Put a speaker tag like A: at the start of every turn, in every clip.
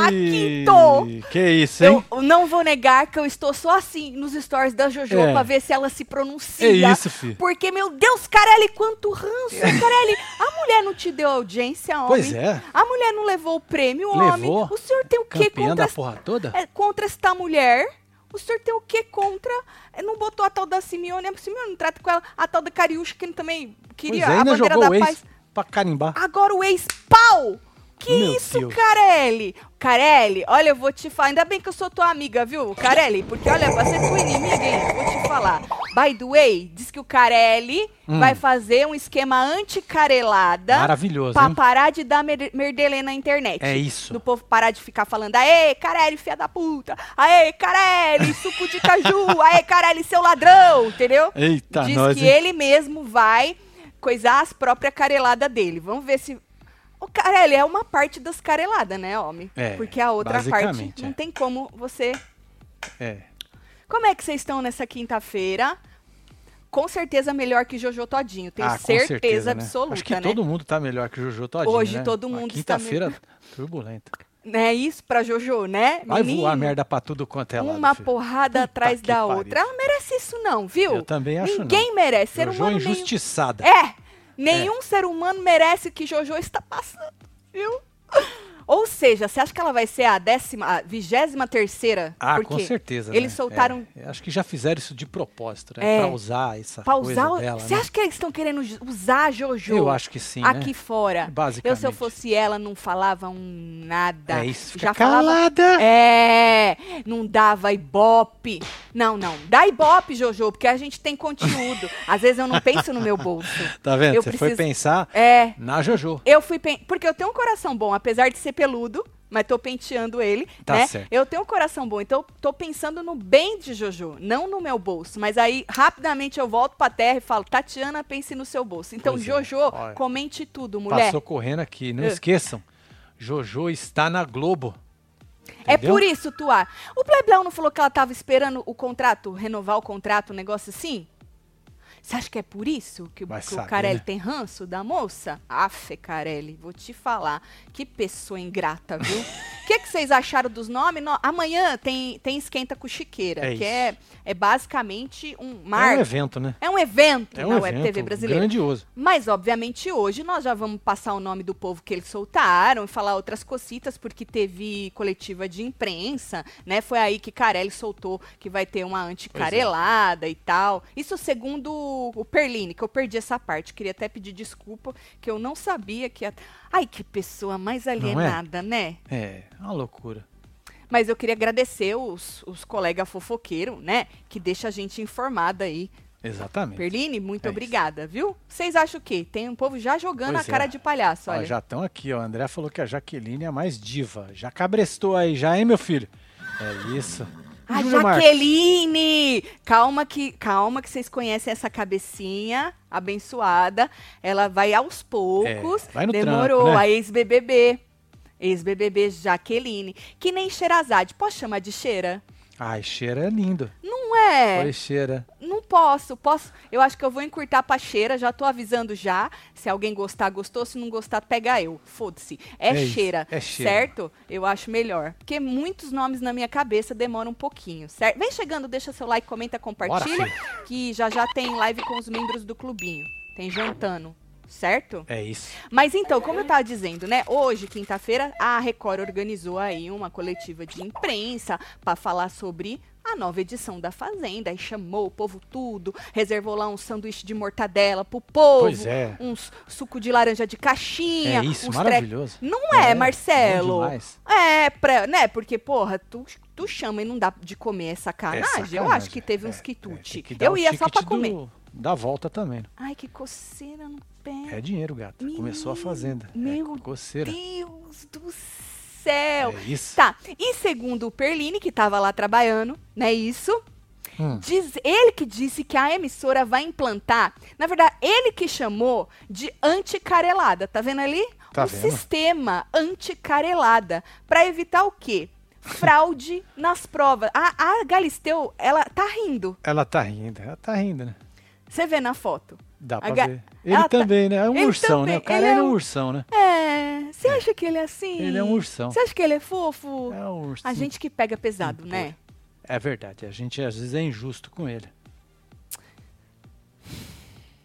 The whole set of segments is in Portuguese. A: Paquito!
B: Que isso, hein?
A: Eu não vou negar que eu estou só assim nos stories da Jojo
B: É.
A: pra ver se ela se pronuncia.
B: É isso, fi.
A: Porque, meu Deus, Carelli, quanto ranço! Carelli, a mulher não te deu audiência, homem.
B: Pois é.
A: A mulher não levou o prêmio, homem.
B: Levou.
A: O senhor tem o que
B: Campeã
A: contra,
B: da
A: essa-
B: porra toda?
A: é, contra esta mulher? O senhor tem o que contra? É, Não botou a tal da Simeone, a Simeone não trata com ela. A tal da Cariúcha, que ele também queria
B: pois é,
A: a
B: ainda
A: bandeira
B: jogou
A: da
B: o
A: paz.
B: ex pra carimbar.
A: Agora o ex-pau! Que
B: Meu
A: isso,
B: Deus.
A: Carelli? Carelli, olha, eu vou te falar. Ainda bem que eu sou tua amiga, viu, Carelli? Porque, olha, você é tua inimiga, hein? Vou te falar. By the way, diz que o Carelli
B: Hum.
A: vai fazer um esquema anticarelada
B: Maravilhoso,
A: pra
B: hein?
A: parar de dar mer- merdelê na internet.
B: É isso.
A: Do povo parar de ficar falando, aê, Carelli, filha da puta! Aê, Carelli, suco de caju! aê, Carelli, seu ladrão! Entendeu?
B: Eita,
A: Diz
B: nós,
A: que
B: hein?
A: ele mesmo vai coisar as próprias careladas dele. Vamos ver se. O Carelli é uma parte das careladas, né, homem?
B: É,
A: Porque a outra parte
B: basicamente,
A: não
B: é.
A: tem como você. Ah,
B: É.
A: Como é que vocês estão nessa quinta-feira? Com certeza melhor que Jojo Todinho. Tenho
B: Ah, com
A: certeza,
B: certeza, né?
A: absoluta,
B: Acho que
A: né?
B: todo mundo tá melhor que o Jojo Todinho,
A: Hoje
B: né?
A: todo
B: Uma
A: mundo tá está
B: Quinta-feira turbulenta.
A: Não é isso pra Jojo, né?
B: Vai
A: Menino,
B: voar merda pra tudo quanto é lado,
A: Uma
B: filho.
A: porrada atrás
B: que
A: da
B: pariu.
A: outra. Ela não merece isso, não, viu?
B: Eu também acho não.
A: Ninguém merece. Ser
B: Jojo é
A: humano nenhum.
B: injustiçada.
A: É, nenhum ser humano merece o que Jojo está passando, viu? Ou seja, você acha que ela vai ser a décima, a vigésima terceira?
B: Ah,
A: Porque
B: com certeza.
A: Eles
B: né?
A: soltaram
B: É. Acho que já fizeram isso de propósito, né?
A: É.
B: Pra usar essa
A: pra
B: coisa
A: usar. o-
B: dela,
A: Você
B: né?
A: acha que eles estão querendo ju- usar a Jojo?
B: Eu acho que sim,
A: Aqui
B: né?
A: fora. Eu,
B: Basicamente.
A: se eu fosse ela, não falava um nada.
B: É isso, fica
A: Já falava
B: calada!
A: É, não dava ibope. Não, não, dá ibope, Jojo, porque a gente tem conteúdo. Às vezes eu não penso no meu bolso.
B: Tá vendo?
A: é, Eu
B: Você foi
A: preciso-
B: pensar
A: É,
B: na Jojo.
A: Eu fui. pen- Porque eu tenho um coração bom, apesar de ser peludo, mas tô penteando ele,
B: Tá
A: né?
B: certo.
A: Eu tenho um coração bom, então eu tô pensando no bem de Jojo, não no meu bolso. Mas aí, rapidamente, eu volto pra terra e falo, Tatiana, pense no seu bolso. Então,
B: Pois é,
A: Jojo,
B: olha.
A: comente tudo, mulher.
B: Passou correndo aqui. Não
A: É.
B: esqueçam, Jojo está na Globo.
A: é
B: entendeu?
A: por isso, Tuá. O Pleblau não falou que ela tava esperando o contrato, renovar o contrato, um negócio assim? Você acha que é por isso que, o-
B: Vai
A: que
B: saber,
A: o Carelli
B: né?
A: tem ranço da moça? Afe, Carelli, vou te falar. Que pessoa ingrata, viu? O que, que vocês acharam dos nomes? No- amanhã tem, tem Esquenta com Chiqueira,
B: É
A: que
B: isso.
A: é, é basicamente um
B: É um
A: marco.
B: evento, né?
A: É um evento
B: É um
A: na
B: evento
A: Web TV brasileira.
B: grandioso.
A: Mas, obviamente, hoje nós já vamos passar o nome do povo que eles soltaram e falar outras cositas, porque teve coletiva de imprensa, né? Foi aí que Carelli soltou que vai ter uma anticarelada e tal. Isso segundo o Perline, que eu perdi essa parte. Queria até pedir desculpa, que eu não sabia que... ia- Ai, que pessoa mais alienada, né?
B: É, é uma loucura.
A: Mas eu queria agradecer os, os colegas fofoqueiros, né? Que deixa a gente informada aí.
B: Exatamente.
A: Perline, muito
B: É isso.
A: obrigada, viu? Vocês acham o quê? Tem um povo já jogando
B: Pois
A: a cara
B: é.
A: de palhaço,
B: Ó,
A: olha.
B: já estão aqui, ó. O André falou que a Jaqueline é a mais diva. Já cabrestou aí, já, hein, meu filho? É isso.
A: A
B: Júnior Marcos.
A: Jaqueline! Calma que, calma que vocês conhecem essa cabecinha abençoada. Ela vai aos poucos.
B: vai no
A: Demorou
B: tranco, né?
A: a ex-BBB. Ex-BBB Jaqueline, que nem Xerazade. Posso chamar de Cheira?
B: Ai, cheira é lindo.
A: Não é.
B: Oi, cheira.
A: Não posso, posso. Eu acho que eu vou encurtar a cheira, já tô avisando já. Se alguém gostar, gostou. Se não gostar, pega eu. Foda-se. É,
B: É isso,
A: cheira,
B: é cheira.
A: certo? Eu acho melhor. Porque muitos nomes na minha cabeça demoram um pouquinho, certo? Vem chegando, deixa seu like, comenta, compartilha. que já já tem live com os membros do clubinho. Tem jantando, certo?
B: É isso.
A: Mas então, como eu tava dizendo, né? Hoje, quinta-feira, a Record organizou aí uma coletiva de imprensa para falar sobre a nova edição da Fazenda. Aí chamou o povo tudo, reservou lá um sanduíche de mortadela pro povo,
B: Pois é.
A: uns suco de laranja de caixinha,
B: É isso,
A: uns tre-
B: maravilhoso.
A: Não é, Marcelo?
B: bom demais.
A: É, pra, né? Porque, porra, tu, tu chama e não dá de comer é sacanagem.
B: É sacanagem.
A: Eu acho que teve
B: É,
A: uns quitute.
B: é, tem que dar
A: eu
B: o
A: ia só
B: ticket
A: pra comer.
B: do- Da volta também. né?
A: Ai, que coceira no pé.
B: É dinheiro, gato. Começou a
A: Menino,
B: fazenda.
A: meu
B: é, coceira.
A: Deus do céu!
B: É isso.
A: Tá, e segundo o Perline, que tava lá trabalhando, não é isso?
B: Hum.
A: Diz, ele que disse que a emissora vai implantar, na verdade, ele que chamou de anticarelada, tá vendo ali?
B: Tá
A: um
B: vendo.
A: sistema anticarelada, pra evitar o quê? Fraude nas provas. A, a Galisteu, ela tá rindo,
B: Ela tá rindo. Ela tá rindo, né?
A: você vê na foto.
B: Dá
A: A
B: pra
A: ga-
B: ver. Ele
A: ela tá-
B: também, né? É um
A: Ele
B: ursão, né?
A: também,
B: O cara
A: ele é
B: era um
A: um-
B: ursão, né?
A: É, Você acha que ele é assim?
B: Ele é um ursão.
A: Você acha que ele é fofo?
B: É um ursinho.
A: A gente que pega pesado,
B: Sim,
A: né?
B: É verdade, a gente às vezes é injusto com ele.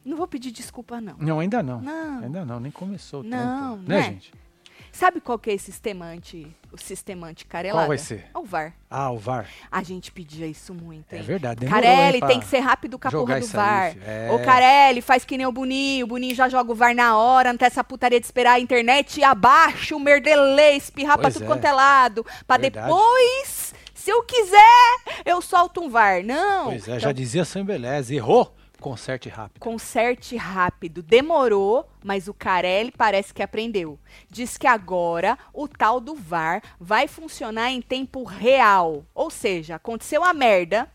A: Não vou pedir desculpa, não.
B: Não, ainda não.
A: Não.
B: Ainda não, nem começou o
A: Não,
B: tempo.
A: né?
B: gente?
A: Sabe qual que é esse sistema anti, o sistema anticarelada?
B: Qual vai ser?
A: É o VAR.
B: Ah, o VAR.
A: A gente pedia isso muito,
B: É
A: hein?
B: verdade. demorou,
A: Carelli,
B: hein, pra
A: tem que ser rápido com a
B: jogar
A: porra do
B: isso
A: VAR.
B: aí, filho. É.
A: Ô, Carelli, faz que nem o Boninho. O Boninho já joga o VAR na hora, não tem essa putaria de esperar a internet ir abaixo, o merdelê, espirrar pra
B: Pois
A: tudo
B: é.
A: quanto é lado. Pra
B: Verdade.
A: depois, se eu quiser, eu solto um VAR. Não.
B: Pois é,
A: Então,
B: já dizia Sam Beleza, errou, conserte rápido.
A: Conserte rápido. Demorou, mas o Carelli parece que aprendeu. Diz que agora o tal do VAR vai funcionar em tempo real. Ou seja, aconteceu a merda.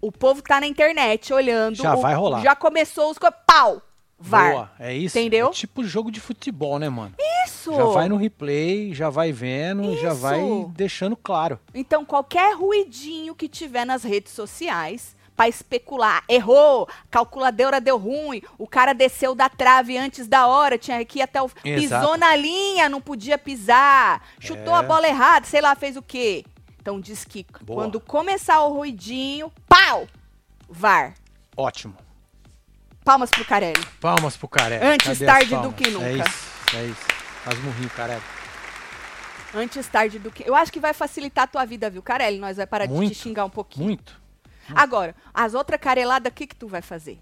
A: O povo tá na internet olhando.
B: É. Já
A: o-
B: vai rolar.
A: Já começou os. co- Pau! VAR.
B: Boa, é isso.
A: Entendeu?
B: É tipo jogo de futebol, né, mano?
A: Isso!
B: Já vai no replay, já vai vendo, já vai deixando claro.
A: Então, qualquer ruidinho que tiver nas redes sociais pra especular, errou, calculadora deu ruim, o cara desceu da trave antes da hora, tinha que ir até o.
B: Exato.
A: Pisou na linha, não podia pisar, chutou
B: É.
A: a bola errada, sei lá, fez o quê. Então, diz que
B: Boa.
A: quando começar o ruidinho, pau! VAR.
B: Ótimo.
A: Palmas pro Carelli.
B: Palmas pro careca.
A: Antes
B: Cadê as
A: tarde do
B: palmas?
A: que
B: É
A: nunca.
B: isso, é isso. Faz murrinho, careca.
A: Antes tarde do que. Eu acho que vai facilitar a tua vida, viu, Carelli? Nós vai parar de
B: Muito.
A: te xingar um pouquinho.
B: Muito.
A: Agora, as outras careladas, o que, que tu vai fazer?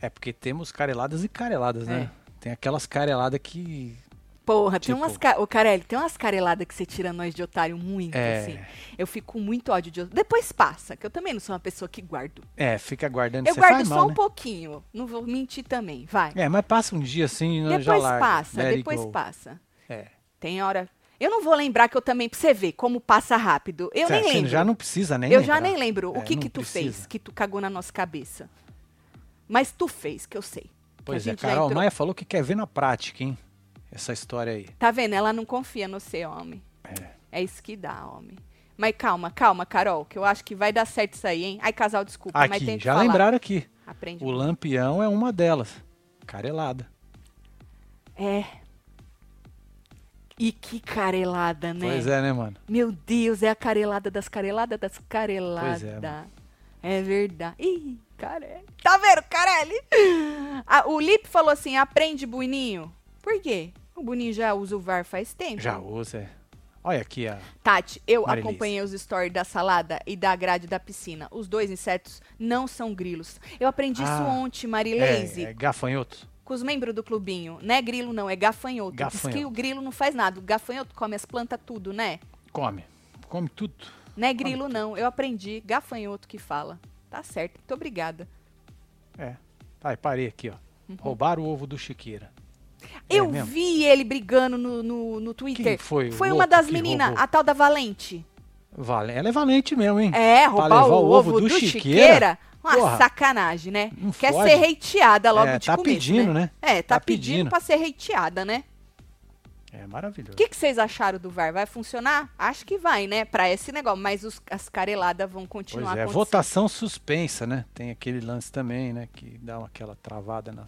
B: É porque temos careladas e careladas, né?
A: É.
B: Tem aquelas careladas que.
A: Porra, tem
B: Tipo-
A: umas. Ca... Ô, Carelli, tem umas careladas que você tira nós de otário muito,
B: É.
A: assim. Eu fico com muito ódio de otário. Depois passa, que eu também não sou uma pessoa que guardo.
B: É, fica guardando.
A: eu
B: Você
A: guardo
B: faz
A: só
B: mal,
A: um
B: né?
A: pouquinho. Não vou mentir também, vai.
B: É, mas passa um dia assim, nós já
A: depois
B: larga.
A: passa,
B: Let it
A: depois
B: go.
A: passa.
B: É.
A: Tem hora. Eu não vou lembrar que eu também. Pra você ver como passa rápido. Eu
B: Você
A: nem
B: assim,
A: lembro.
B: Já não precisa nem
A: eu
B: lembrar.
A: já nem lembro o
B: É,
A: que,
B: não
A: que tu fez
B: precisa.
A: que tu cagou na nossa cabeça. Mas tu fez, que eu sei. Que
B: Pois
A: a
B: é,
A: gente já
B: Carol
A: entrou-
B: Maia falou que quer ver na prática, hein? Essa história aí.
A: Tá vendo? Ela não confia no ser homem.
B: É.
A: É isso que dá, homem. Mas calma, calma, Carol, que eu acho que vai dar certo isso aí, hein? Ai, casal, desculpa, mas tem
B: Aqui,
A: que
B: já
A: falar.
B: lembraram aqui.
A: Aprende. um
B: O lampião é uma delas. Carelada.
A: É. E que carelada, né?
B: Pois é, né, mano?
A: Meu Deus, é a carelada das careladas das careladas.
B: Pois é, mano.
A: é, verdade. Ih, Carelli. Tá vendo, Carelli? Ah, o Lipe falou assim, aprende, Boninho. Por quê? O Boninho já usa o VAR faz tempo.
B: Já usa. é. Olha aqui a.
A: Tati, eu
B: Marilise.
A: acompanhei os stories da salada e da grade da piscina. Os dois insetos não são grilos. Eu aprendi isso
B: Ah,
A: ontem, Marileise,
B: É, é gafanhoto.
A: com os membros do clubinho. Não é grilo, não, é gafanhoto. Diz que
B: Gafanhoto.
A: o grilo não faz nada. O gafanhoto come as plantas tudo, né?
B: Come. Come tudo.
A: Não é grilo, não. Eu aprendi gafanhoto que fala. Tá certo, muito obrigada.
B: É. Tá, e parei aqui, ó. Roubaram o ovo do Chiqueira. É
A: Uhum. eu
B: mesmo?
A: vi ele brigando no, no, no Twitter.
B: Quem foi o
A: uma
B: louco
A: das
B: que
A: meninas,
B: roubou?
A: a tal da Valente.
B: Vale. Ela é valente mesmo, hein?
A: É, roubar
B: levar
A: o ovo do, Chiqueira. Uma
B: Porra.
A: sacanagem, né?
B: Não
A: Quer
B: fode.
A: ser hateada logo
B: É,
A: de
B: tá
A: começo,
B: pedindo, né?
A: É, tá,
B: Tá
A: pedindo,
B: pedindo.
A: pra ser hateada, né?
B: É
A: O
B: maravilhoso.
A: que, que vocês acharam do VAR? Vai funcionar? Acho que vai, né? Pra esse negócio. Mas os- as careladas vão
B: Pois
A: continuar
B: é,
A: acontecendo.
B: votação suspensa, né? Tem aquele lance também, né? Que dá uma- aquela travada na,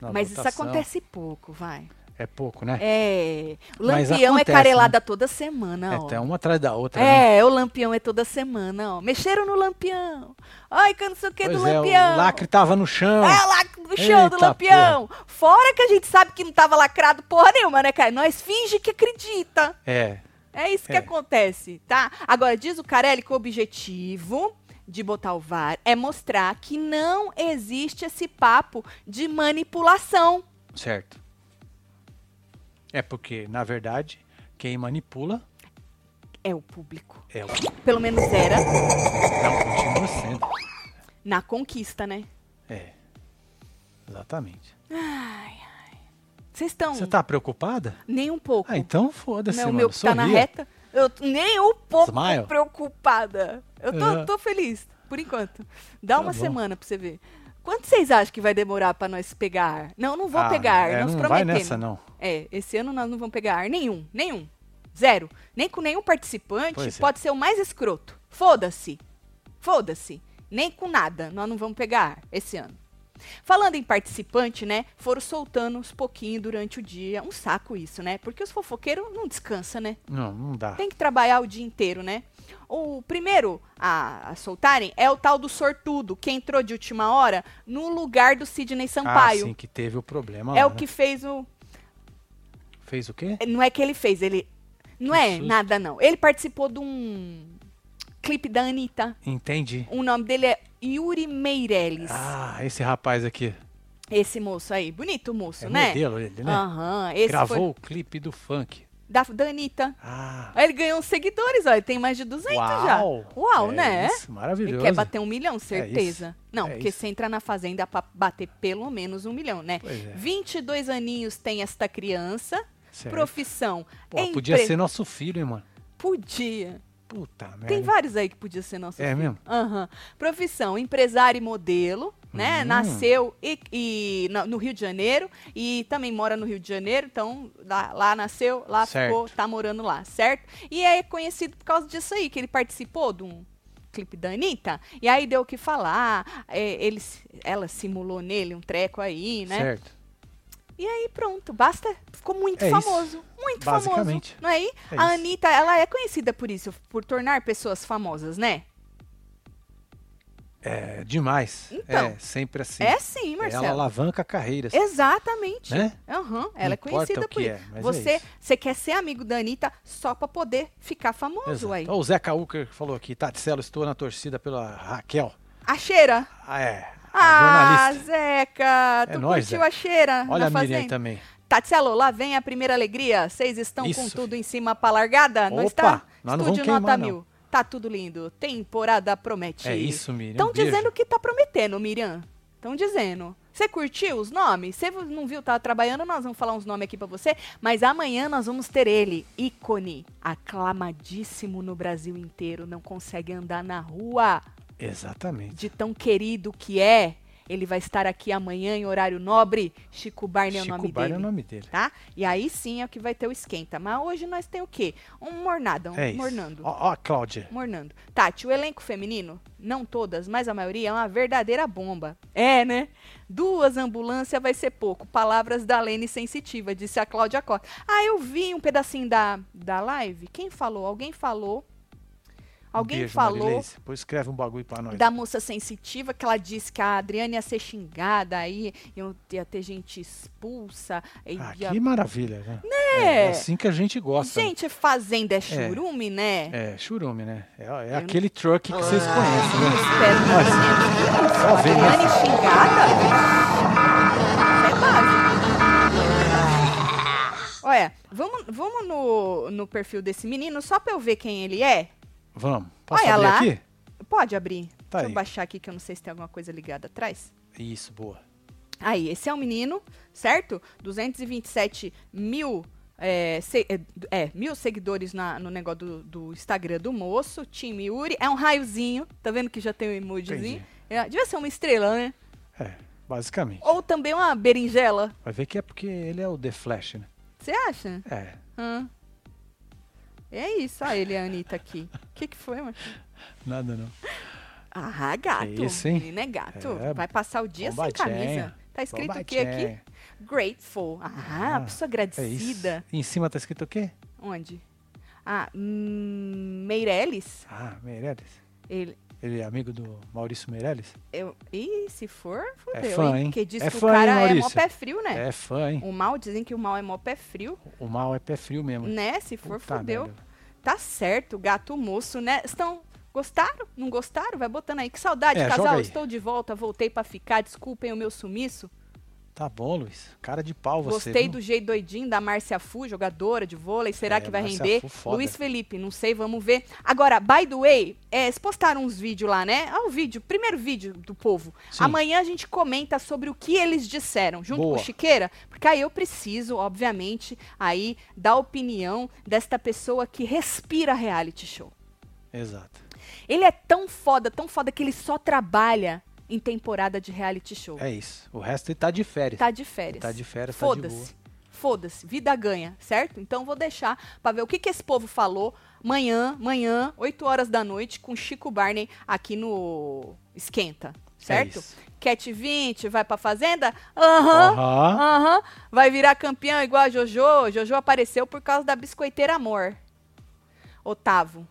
B: na
A: Mas isso
B: votação.
A: acontece pouco, vai.
B: É pouco, né?
A: É. O
B: Mas
A: Lampião é
B: acontece,
A: carelada toda semana,
B: É,
A: ó.
B: tá uma atrás da outra, né?
A: É, o Lampião é toda semana, ó. Mexeram no Lampião. Ai, que não sei o que do
B: Pois é,
A: Lampião.
B: o lacre tava no chão.
A: É lá no chão do
B: Eita,
A: Lampião. Fora que a gente sabe que não tava lacrado porra nenhuma, né, cara? Nós finge que acredita.
B: É,
A: É isso que
B: É.
A: acontece, tá? Agora, diz o Carelli que o objetivo de botar o VAR é mostrar que não existe esse papo de manipulação.
B: certo. É porque, na verdade, quem manipula
A: É o público.
B: é o.
A: Pelo menos era
B: Não, continua sendo.
A: na conquista, né?
B: É. Exatamente.
A: Vocês estão
B: Você tá preocupada?
A: nem um pouco.
B: Ah, então foda-se,
A: não,
B: mano.
A: meu que tá na
B: Sorria.
A: reta. Eu t- nem um pouco
B: Smile.
A: preocupada. Eu tô,
B: É.
A: tô feliz, por enquanto. Dá
B: Tá
A: uma
B: bom.
A: semana pra você ver. Quanto vocês acham que vai demorar pra nós pegar ar? Não, não vou
B: Ah,
A: pegar ar,
B: é,
A: nós
B: não vai
A: prometemos.
B: nessa, não.
A: É, esse ano nós não vamos pegar ar nenhum, nenhum. Zero. Nem com nenhum participante,
B: Pois é.
A: pode ser o mais escroto. Foda-se. Foda-se. Nem com nada, nós não vamos pegar ar esse ano. Falando em participante, né? Foram soltando uns pouquinho durante o dia. Um saco isso, né? Porque os fofoqueiros não descansam, né?
B: Não, não dá.
A: Tem que trabalhar o dia inteiro, né? O primeiro a, a soltarem é o tal do sortudo, que entrou de última hora no lugar do Sidney Sampaio.
B: Ah, sim, Ah, né? que teve o problema
A: é
B: lá,
A: o que fez o.
B: né? Fez o quê?
A: Não é que ele fez, ele. Não
B: Que
A: é
B: susto.
A: nada, não. Ele participou de um clipe da Anitta.
B: Entendi.
A: O nome dele é Yuri Meirelles.
B: Ah, esse rapaz aqui.
A: Esse moço aí. Bonito moço,
B: É
A: né?
B: modelo ele, né?
A: Aham, esse
B: Gravou
A: foi
B: o clipe do funk.
A: da, da Anitta.
B: Ah,
A: Aí ele ganhou uns seguidores, ó. Ele tem mais de 200 é já.
B: uau.
A: Uau,
B: É
A: né?
B: Isso, maravilhoso.
A: Ele quer bater um milhão, certeza. Não,
B: É
A: porque
B: isso.
A: se entrar na fazenda pra bater pelo menos um milhão, né?
B: Pois é.
A: 22 aninhos tem esta criança.
B: certo.
A: Profissão.
B: Pô, podia
A: empre-
B: ser nosso filho, hein, mano?
A: Podia.
B: Puta merda.
A: Tem
B: hein?
A: vários aí que podia ser nosso
B: né? É mesmo?
A: Aham. Profissão, empresário e modelo, né?
B: Hum.
A: Nasceu e, e na- no Rio de Janeiro e também mora no Rio de Janeiro, então lá, lá nasceu, lá
B: Certo.
A: ficou, tá morando lá, certo? E é conhecido por causa disso aí, que ele participou de um clipe da Anitta, e aí deu o que falar, é, ele, se- ela simulou nele um treco aí, né?
B: Certo.
A: E aí pronto, basta, ficou muito
B: É isso.
A: famoso, muito
B: Basicamente.
A: famoso, não é aí?
B: É
A: a
B: isso.
A: Anitta, ela é conhecida por isso, por tornar pessoas famosas, né?
B: É demais.
A: Então.
B: é sempre assim.
A: É sim, Marcelo.
B: Ela alavanca carreiras.
A: Exatamente.
B: Né?
A: Aham, ela é
B: importa o
A: conhecida
B: que
A: por
B: é,
A: isso.
B: mas é
A: você,
B: isso.
A: você quer ser amigo da Anitta só pra poder ficar famoso
B: Exato.
A: aí.
B: Ó, O Zeca Ucker falou aqui, Taticelo, estou na torcida pela Raquel.
A: A cheira.
B: Ah, é. A
A: Ah,
B: jornalista.
A: Zeca,
B: É
A: tu
B: nóis,
A: curtiu
B: Zeca.
A: a cheira
B: Olha a
A: na
B: Miriam aí
A: fazenda?
B: também.
A: Tatielo, lá vem a primeira alegria. Vocês estão com
B: Isso.
A: tudo em cima pra largada? não
B: Opa,
A: está?
B: nós não vamos
A: Estúdio
B: queimar,
A: Nota
B: não.
A: Mil. Tá tudo lindo. Temporada promete.
B: É isso, Miriam.
A: Estão
B: um beijo.
A: dizendo que tá prometendo, Miriam. Estão dizendo. Você curtiu os nomes? Você não viu, tava trabalhando, nós vamos falar uns nomes aqui pra você, mas amanhã nós vamos ter ele, ícone, aclamadíssimo no Brasil inteiro, não consegue andar na rua
B: Exatamente.
A: de tão querido que é. Ele vai estar aqui amanhã em horário nobre. Chico Barney é o
B: Chico
A: nome
B: Barney
A: dele.
B: é o nome dele.
A: Tá? E aí sim é que vai ter o esquenta. Mas hoje nós tem o quê? Um mornado, um
B: É isso.
A: mornando.
B: Ó, ó a Cláudia.
A: Mornando. Tati, o elenco feminino, não todas, mas a maioria, é uma verdadeira bomba. É, né? Duas ambulâncias vai ser pouco. Palavras da Lene Sensitiva, disse a Cláudia Costa. Ah, eu vi um pedacinho da, da live. Quem falou? Alguém falou.
B: Um
A: Alguém
B: beijo,
A: falou
B: Marilei. Depois escreve um bagulho pra nós.
A: da moça sensitiva, que ela disse que a Adriane ia ser xingada, aí iam- ia ter gente expulsa. e
B: Ah,
A: ia-
B: que maravilha, né?
A: Né?
B: É assim que a gente gosta.
A: Gente, fazenda é churume, né?
B: É, churume, né? É, é
A: não- Ah.
B: aquele truck que vocês conhecem, né?
A: Espero que
B: Mas-
A: você-
B: Só vem, né?
A: Adriane xingada? Isso é básico. Olha, vamos, vamos no, no perfil desse menino só pra eu ver quem ele é?
B: Vamos. Posso
A: Olha
B: abrir
A: lá.
B: aqui?
A: Pode abrir.
B: Tá
A: Deixa
B: aí.
A: eu baixar aqui que eu não sei se tem alguma coisa ligada atrás.
B: Isso, boa.
A: Aí, esse é um menino, certo? 227 mil. É, se- é, é, mil seguidores na- no negócio do, do Instagram do moço, time Yuri. É um raiozinho, tá vendo que já tem um emojizinho?
B: Entendi.
A: É, devia ser uma estrela, né?
B: É, basicamente.
A: Ou também uma berinjela.
B: Vai ver que é porque ele é o The Flash, né?
A: Você acha?
B: É.
A: Hã? É isso, olha ele e a Anitta aqui. O que, que foi, mano?
B: Nada não.
A: Ah, gato.
B: É isso, hein?
A: Menino é gato.
B: É,
A: Vai passar o dia sem
B: bombadinha.
A: camisa. Tá escrito o que aqui?
B: Bombadinha.
A: Grateful. Ah, pessoa
B: Ah, É isso.
A: agradecida.
B: E em cima tá escrito o quê?
A: Onde? Ah, hum, Meirelles?
B: Ah, Meirelles.
A: Ele.
B: Ele é amigo do Maurício Meirelles?
A: Eu, ih, se for, fudeu.
B: fã, hein?
A: Porque diz
B: É
A: que
B: fã,
A: o
B: hein,
A: cara é mó
B: Maurício?
A: pé frio, né?
B: É fã, hein?
A: O mal, dizem que o mal é mó pé frio,
B: O mal é pé frio mesmo.
A: né? Se for,
B: Puta
A: fudeu.
B: merda.
A: Tá certo, gato moço, né? Estão. Gostaram? Não gostaram? Vai botando aí. Que saudade,
B: É, joga
A: casal.
B: aí.
A: Estou de volta, voltei pra ficar. Desculpem o meu sumiço.
B: Tá bom, Luiz. Cara de pau você.
A: Gostei
B: viu?
A: do jeito doidinho da Márcia Fu, jogadora de vôlei. Será
B: É,
A: que vai
B: Márcia
A: render?
B: Fu, foda.
A: Luiz Felipe, não sei, vamos ver. Agora, by the way, é, eles postaram uns vídeos lá, né? Olha o vídeo, primeiro vídeo do povo.
B: Sim.
A: Amanhã a gente comenta sobre o que eles disseram, junto
B: Boa.
A: com o Chiqueira, porque aí eu preciso, obviamente, aí da opinião desta pessoa que respira reality show.
B: Exato.
A: Ele é tão foda, tão foda que ele só trabalha em temporada de reality show.
B: É isso. O resto ele tá de férias.
A: Tá de férias.
B: Tá de férias, tá de
A: Foda-se. Foda-se, vida ganha, certo? Então vou deixar pra ver o que, que esse povo falou amanhã, manhã, 8 horas da noite, com Chico Barney aqui no Esquenta. certo?
B: É isso.
A: Cat 20 vai pra fazenda? Aham.
B: Aham.
A: Aham. Vai virar campeã igual a Jojo. Jojo apareceu por causa da biscoiteira amor. Otávio,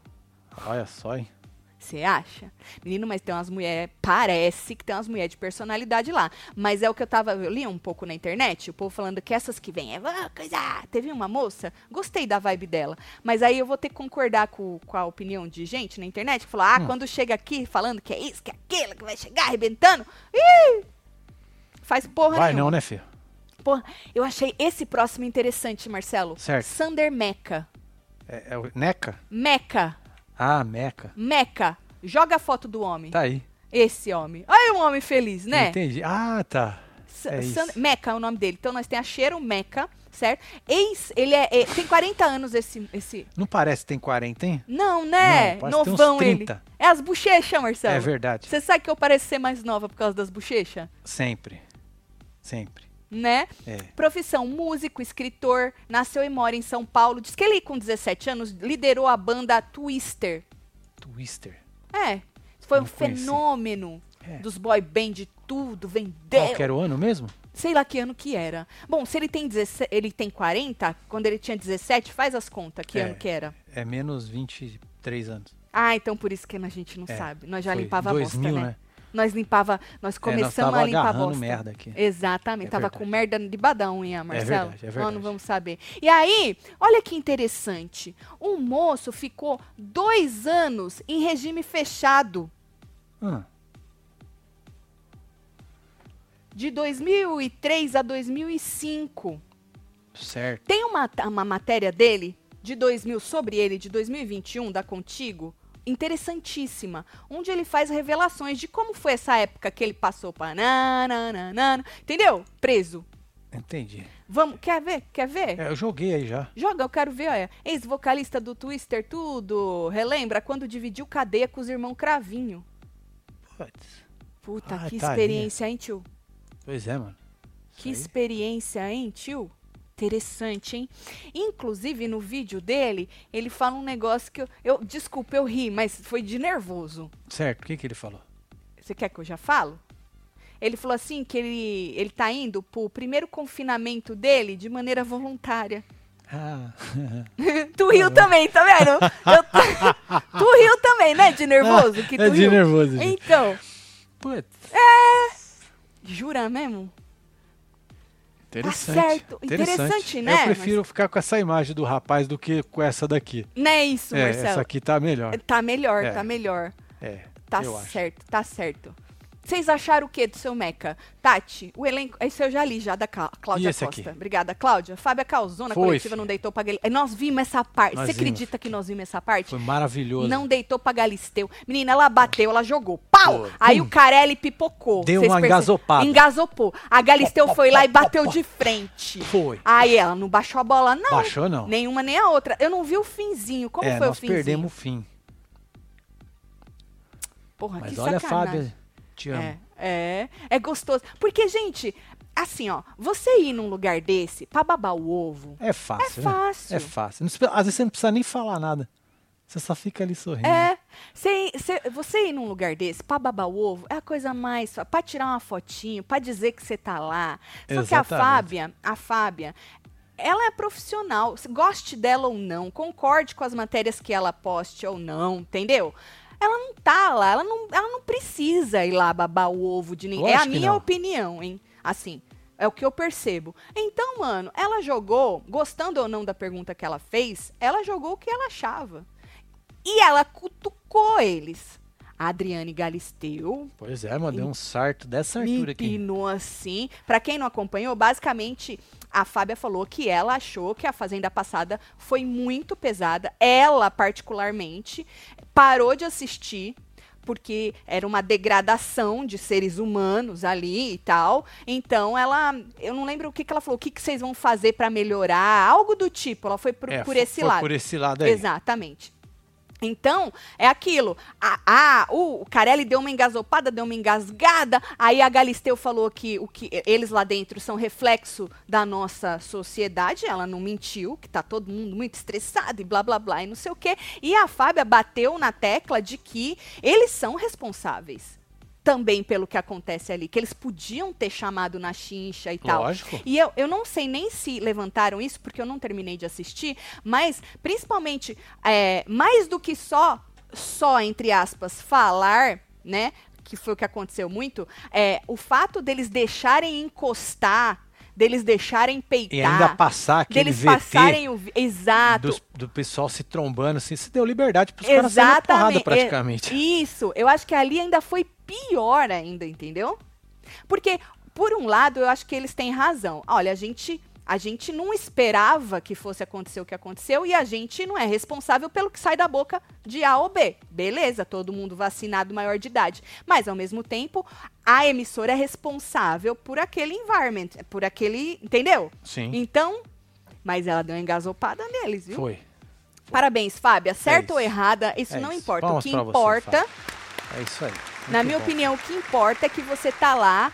B: Olha só, hein?
A: você acha? Menino, mas tem umas mulheres. Parece que tem umas mulheres de personalidade lá. Mas é o que eu tava. Eu li um pouco na internet, o povo falando que essas que vêm é "Ah, coisa. Teve uma moça, gostei da vibe dela. Mas aí eu vou ter que concordar com, com a opinião de gente na internet que falou:
B: Hum.
A: ah, quando chega aqui falando que é isso, que é aquilo, que vai chegar arrebentando. Ih! Faz porra
B: Vai
A: nenhuma.
B: não, né, filho?
A: Porra, eu achei esse próximo interessante, Marcelo.
B: Certo.
A: Sander Meca.
B: É, é o Neca?
A: Meca.
B: Ah, Meca.
A: Meca. Joga a foto do homem.
B: Tá aí.
A: Esse homem. Olha um homem feliz, né?
B: Entendi. Ah, tá.
A: Sa-
B: é
A: San-
B: isso.
A: Meca é o nome dele. Então nós temos a Cheiro Meca, certo? Ex, ele é, é- tem 40 anos esse, esse...
B: Não parece que tem 40, hein?
A: Não, né?
B: Não, parece que tem uns
A: Novão ele.
B: 30.
A: É as bochechas, Marcelo.
B: É verdade.
A: Você sabe que eu pareço ser mais nova por causa das bochechas?
B: Sempre. Sempre.
A: Né?
B: É.
A: Profissão músico, escritor, nasceu e mora em São Paulo. Diz que ele, com 17 anos, liderou a banda Twister.
B: Twister.
A: É, foi
B: Não
A: um
B: conheci.
A: fenômeno
B: É.
A: dos boy band de tudo, vendeu.
B: Qual que é era o ano mesmo?
A: Sei lá que ano que era. Bom, se ele tem 17, ele tem 40, quando ele tinha 17, faz as contas que
B: É.
A: ano que era.
B: É menos 23 anos.
A: Ah, então por isso que a gente não
B: É,
A: sabe. Nós já
B: foi
A: limpava
B: 2000,
A: a bosta, né?
B: né? É,
A: Nós limpava, nós começamos
B: tava
A: a limpar a
B: agarrando
A: bosta.
B: merda aqui.
A: Exatamente,
B: É
A: tava
B: verdade.
A: com merda de badão, hein, Marcelo?
B: verdade, é
A: Nós não
B: verdade.
A: vamos saber. E aí, olha que interessante. Um moço ficou dois anos em regime fechado.
B: Ah,
A: de 2003 a 2005.
B: certo.
A: Tem uma, uma matéria dele, de 2000, sobre ele, de 2021, da Contigo, interessantíssima, onde ele faz revelações de como foi essa época que ele passou para nananana, entendeu? Preso.
B: Entendi.
A: Vamos, quer ver? Quer ver?
B: É, eu joguei aí já.
A: Joga, eu quero ver, olha. Ex-vocalista do Twister, tudo. Relembra quando dividiu cadeia com os irmãos Cravinho.
B: Putz.
A: Puta,
B: Ah,
A: que
B: tá ali.
A: experiência, hein, tio?
B: Pois é, mano.
A: Que
B: Isso aí.
A: experiência, hein, tio? Interessante, hein? Inclusive, no vídeo dele, ele fala um negócio que eu, eu. Desculpa, eu ri, mas foi de nervoso.
B: Certo, o que, que ele falou?
A: Você quer que eu já falo? Ele falou assim que ele, ele tá indo pro primeiro confinamento dele de maneira voluntária.
B: Ah.
A: tu
B: Uhum.
A: riu também, tá vendo? Eu tô- tu riu também, né? De nervoso? Que tu
B: é de
A: riu.
B: nervoso, gente.
A: Então,
B: Putz.
A: jura mesmo?
B: Tá Interessante.
A: Tá certo. Interessante, né,
B: Eu prefiro ficar com essa imagem do rapaz do que com essa daqui.
A: Não é isso,
B: é, essa
A: Marcelo.
B: aqui tá melhor.
A: Tá melhor,
B: É.
A: tá melhor.
B: É,
A: Tá
B: eu acho.
A: certo, tá certo. Vocês acharam o que do seu Meca? Tati, o elenco. Esse eu já li já da Ca- Cláudia
B: E esse
A: Costa.
B: aqui?
A: Obrigada, Cláudia. Fábia Calzona,
B: Foi,
A: coletiva
B: filha.
A: não deitou pra Galisteu. Nós vimos essa parte.
B: Nós
A: Você
B: vimos,
A: acredita que nós vimos essa parte?
B: Foi maravilhoso.
A: Não deitou pra Galisteu. Menina, ela bateu, ela jogou. Pau!
B: Foi.
A: Aí o Carelli pipocou.
B: Deu
A: Vocês
B: uma
A: perce-
B: engasopada.
A: Engasopou. A Galisteu foi lá e bateu de frente.
B: Foi.
A: Aí ela não baixou a bola, não.
B: Baixou, não.
A: Nenhuma nem a outra. Eu não vi o finzinho. né, Como
B: é,
A: foi
B: nós
A: o finzinho?
B: perdemos o fim.
A: Porra,
B: Mas
A: Ah, que
B: olha,
A: sacanagem.
B: Fábia, te amo.
A: É, é, é gostoso. Porque, gente, assim, ó, você ir num lugar desse pra babar o ovo.
B: É, fácil,
A: É
B: né?
A: fácil.
B: É fácil. Não precisa- às vezes você não precisa nem falar nada. Você só fica ali sorrindo.
A: É, você, você- você ir num lugar desse pra babar o ovo é a coisa mais. fa- Pra tirar uma fotinho, pra dizer que você tá lá. Só que a
B: Exatamente.
A: Fábia, a Fábia, ela é profissional. se Goste dela ou não, concorde com as matérias que ela poste ou não, entendeu? Ela não tá lá, ela não, ela não precisa ir lá babar o ovo de ninguém. É a
B: Lógico que
A: minha
B: não.
A: opinião, hein? Assim. É o que eu percebo. Então, mano, ela jogou, gostando ou não da pergunta que ela fez, ela jogou o que ela achava. E ela cutucou eles. A Adriane Galisteu
B: Pois é, mano, deu um sarto dessa
A: me
B: altura aqui.
A: empinou assim. Pra quem não acompanhou, basicamente a Fábia falou que ela achou que a Fazenda Passada foi muito pesada. Ela, particularmente, parou de assistir. Porque era uma degradação de seres humanos ali e tal. Então ela. Eu não lembro o que, que ela falou. O que, que vocês vão fazer pra melhorar? Algo do tipo. Ela foi por,
B: É,
A: por
B: fo-
A: esse
B: foi
A: lado.
B: Por esse lado aí.
A: Exatamente. Então, é aquilo. A, a- o Carelli deu uma engasopada, deu uma engasgada. Aí a Galisteu falou que o que eles lá dentro são reflexo da nossa sociedade. Ela não mentiu, que tá todo mundo muito estressado e blá blá blá e não sei o quê. E a Fábia bateu na tecla de que eles são responsáveis. também pelo que acontece ali, que eles podiam ter chamado na chincha e tal.
B: Lógico.
A: E eu, eu não sei nem se levantaram isso, porque eu não terminei de assistir, mas principalmente, é, mais do que só, só, entre aspas, falar, né? Que foi o que aconteceu muito, é, o fato deles deixarem encostar, deles deixarem peitar.
B: E ainda passar aquele
A: tá. deles
B: VT
A: passarem o. vi- Exato.
B: dos- do pessoal se trombando, assim, se deu liberdade pros caras saírem na porrada
A: Exatamente.
B: praticamente.
A: Isso, eu acho que ali ainda foi pior ainda, entendeu? Porque por um lado, eu acho que eles têm razão. Olha, a gente a gente não esperava que fosse acontecer o que aconteceu e a gente não é responsável pelo que sai da boca de A ou B. Beleza, todo mundo vacinado maior de idade. Mas ao mesmo tempo, a emissora é responsável por aquele environment, por aquele, entendeu?
B: Sim,
A: Então, mas ela deu uma engasopada neles, viu?
B: foi.
A: Parabéns, Fábia. Certo
B: isso.
A: ou errada, isso
B: É
A: não
B: isso.
A: importa.
B: Palmas
A: o que
B: pra você,
A: importa,
B: Fábio. É isso aí.
A: na
B: Muito
A: minha
B: bom.
A: opinião, o que importa é que você tá lá
B: Dona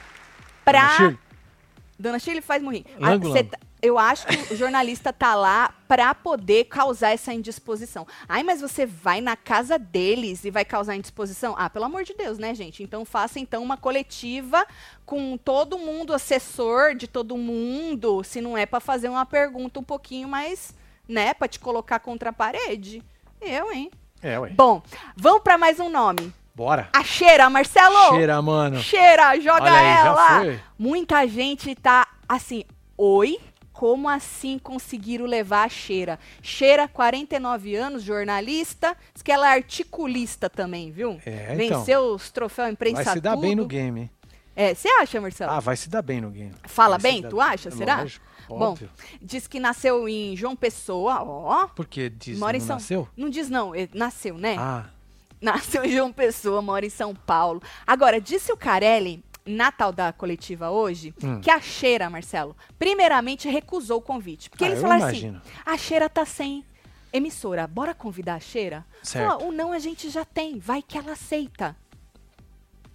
A: pra.
B: Shirley, é
A: Dona Shirley faz morrer.
B: Lango, lango.
A: tá- Eu acho que o jornalista tá lá pra poder causar essa indisposição. Ai, mas você vai na casa deles e vai causar indisposição? Ah, pelo amor de Deus, né, gente? Então faça então uma coletiva com todo mundo, assessor de todo mundo, se não é pra fazer uma pergunta um pouquinho mais, né, Pra te colocar contra a parede. Eu, hein?
B: É, ué.
A: Bom, vamos pra mais um nome.
B: Bora.
A: A Cheira, Marcelo!
B: Cheira, mano.
A: Cheira, joga
B: Olha aí, já
A: ela!
B: foi.
A: Muita gente tá assim, oi? Como assim conseguiram levar a Cheira? Cheira, 49 anos, jornalista, diz que ela é articulista também, viu?
B: É, então.
A: Venceu os troféus imprensa
B: Vai se dar
A: tudo.
B: bem no game. hein?
A: É, você acha, Marcelo?
B: Ah, vai se dar bem no game.
A: Fala
B: Vai se
A: bem,
B: dar- É
A: tu acha, será?
B: Lógico,
A: Bom,
B: óbvio.
A: Diz que nasceu em João Pessoa, ó.
B: Porque diz
A: Mora em
B: não
A: São-
B: nasceu?
A: Não diz não, eh, nasceu, né?
B: Ah,
A: Nasceu em João Pessoa, mora em São Paulo. Agora, disse o Carelli, na tal da coletiva hoje,
B: Hum.
A: que a Cheira, Marcelo, primeiramente recusou o convite. Porque
B: Ah,
A: eles
B: eu
A: falaram
B: imagino.
A: assim, a Cheira tá sem emissora, bora convidar a Cheira?
B: Certo.
A: Falou, "Ah, o não a gente já tem, vai que ela aceita.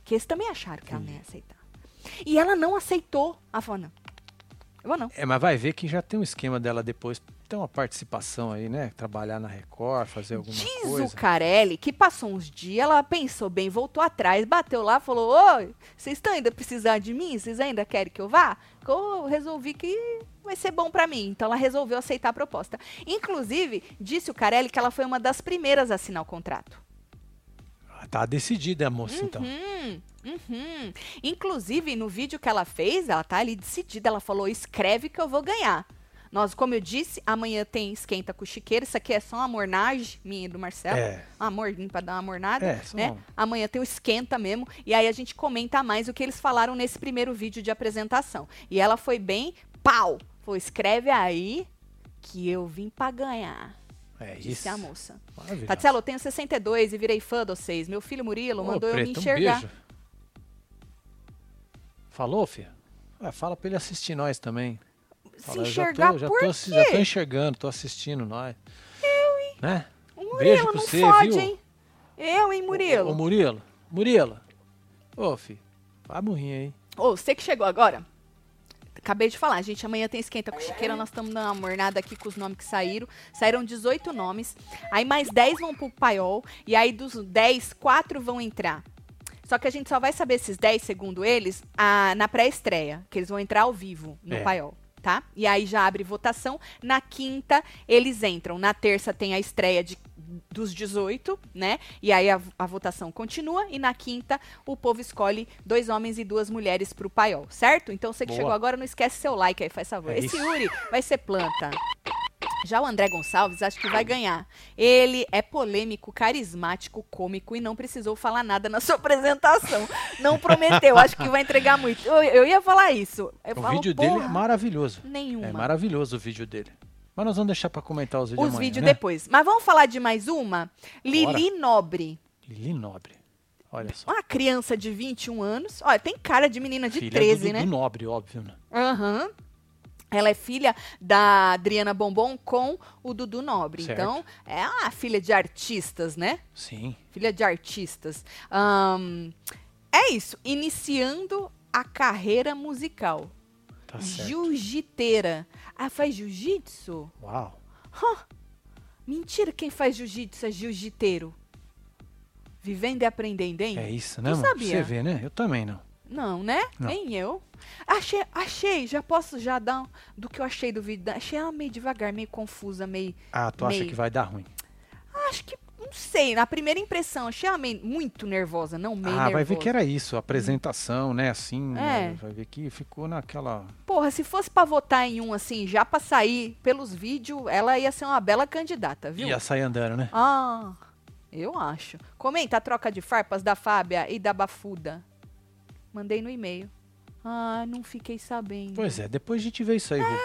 A: Que eles também acharam que ela não ia aceitar. E ela não aceitou. Ela falou, não, eu vou não.
B: é, mas vai ver que já tem um esquema dela depois. Tem uma participação aí, né? Trabalhar na Record, fazer alguma
A: Diz o
B: coisa.
A: Carelli que passou uns dias, ela pensou bem, voltou atrás, bateu lá, falou: Oi, vocês estão ainda precisando de mim? Vocês ainda querem que eu vá? Eu resolvi que vai ser bom pra mim. Então ela resolveu aceitar a proposta. Inclusive, disse o Carelli que ela foi uma das primeiras a assinar o contrato.
B: Ah, Tá decidida a moça, então.
A: Hum, uhum. Inclusive, no vídeo que ela fez, ela tá ali decidida, ela falou: escreve que eu vou ganhar. Nós, como eu disse, amanhã tem esquenta com chiqueiro. Isso aqui é só uma mornagem minha e do Marcelo.
B: É.
A: Amor, pra dar uma mornada,
B: É, só
A: né?
B: um.
A: Amanhã tem o esquenta mesmo. E aí a gente comenta mais o que eles falaram nesse primeiro vídeo de apresentação. E ela foi bem pau. Falou, escreve aí que eu vim pra ganhar.
B: É
A: Disse
B: isso.
A: a moça.
B: Maravilhoso.
A: Marcelo, eu tenho 62 e virei fã de vocês. Meu filho Murilo
B: Ô,
A: mandou eu me
B: Preta, um
A: enxergar.
B: beijo. Falou, filha? Ué, É, fala pra ele assistir nós também.
A: Se
B: Fala, eu
A: enxergar
B: já tô, já
A: por
B: tô,
A: quê?
B: assi- Já tô enxergando, tô assistindo nós. Eu, hein? Né?
A: O Murilo
B: Beijo pra
A: não
B: você,
A: fode,
B: viu?
A: hein? Eu, hein,
B: Ô, ô,
A: Murilo?
B: Murilo. Murilo. Ô, filho. Vai morrer aí.
A: Ô, você que chegou agora. Acabei de falar, gente. Amanhã tem esquenta com chiqueira. Nós estamos dando uma mornada aqui com os nomes que saíram. Saíram 18 nomes. Aí mais 10 vão pro paiol. E aí dos 10, 4 vão entrar. Só que a gente só vai saber esses 10, segundo eles, a- na pré-estreia. Que eles vão entrar ao vivo no
B: É.
A: paiol. Tá? E aí já abre votação. Na quinta, eles entram. Na terça tem a estreia de, dos 18, né? E aí a, a votação continua. E na quinta, o povo escolhe dois homens e duas mulheres pro paiol, certo? Então você que
B: Boa.
A: chegou agora, não esquece seu like aí, faz favor.
B: É
A: Esse
B: isso.
A: Yuri vai ser planta. Já o André Gonçalves acho que vai ganhar. Ele é polêmico, carismático, cômico e não precisou falar nada na sua apresentação. Não prometeu, acho que vai entregar muito. Eu, eu ia falar isso. Eu
B: O
A: falo,
B: vídeo dele
A: porra,
B: é maravilhoso.
A: nenhuma.
B: É maravilhoso o vídeo dele. Mas nós vamos deixar pra comentar os vídeos
A: Os
B: amanhã,
A: vídeos
B: né?
A: depois. Mas vamos falar de mais uma? Lili Nobre.
B: Lili Nobre. Olha só.
A: Uma criança de 21 anos. Olha, tem cara de menina de
B: Filha
A: 13,
B: do,
A: né?
B: do Nobre, óbvio, né?
A: Aham. Ela é filha da Adriana Bombom com o Dudu Nobre.
B: Certo.
A: Então, é uma filha de artistas, né?
B: Sim.
A: Filha de artistas. Ahn, é isso. Iniciando a carreira musical.
B: Tá certo.
A: Jiu-jiteira. Ah, faz jiu-jitsu?
B: Uau.
A: Mentira, quem faz jiu-jitsu é jiu-jiteiro. Vivendo e aprendendo, hein?
B: É isso, né,
A: Tu
B: mano? Pra
A: sabia?
B: Você vê, né? Eu também não.
A: Não, né?
B: Não.
A: Nem eu. Achei, achei, já posso já dar um- do que eu achei do vídeo. da- Achei ela meio devagar, meio confusa, meio.
B: Ah, tu acha
A: Meio.
B: que vai dar ruim.
A: Acho que. Não sei, na primeira impressão, achei ela meio, muito nervosa, não meio
B: ah,
A: nervosa.
B: vai ver que era isso, a apresentação, né? Assim,
A: É.
B: vai ver que ficou naquela.
A: Porra, se fosse pra votar em um assim, já pra sair pelos vídeos, ela ia ser uma bela candidata, viu?
B: Ia sair andando, né?
A: Ah, eu acho. Comenta a troca de farpas da Fábia e da Bafuda. Mandei no e-mail. Ah, não fiquei sabendo.
B: Pois é, depois a gente vê isso aí. Rubio.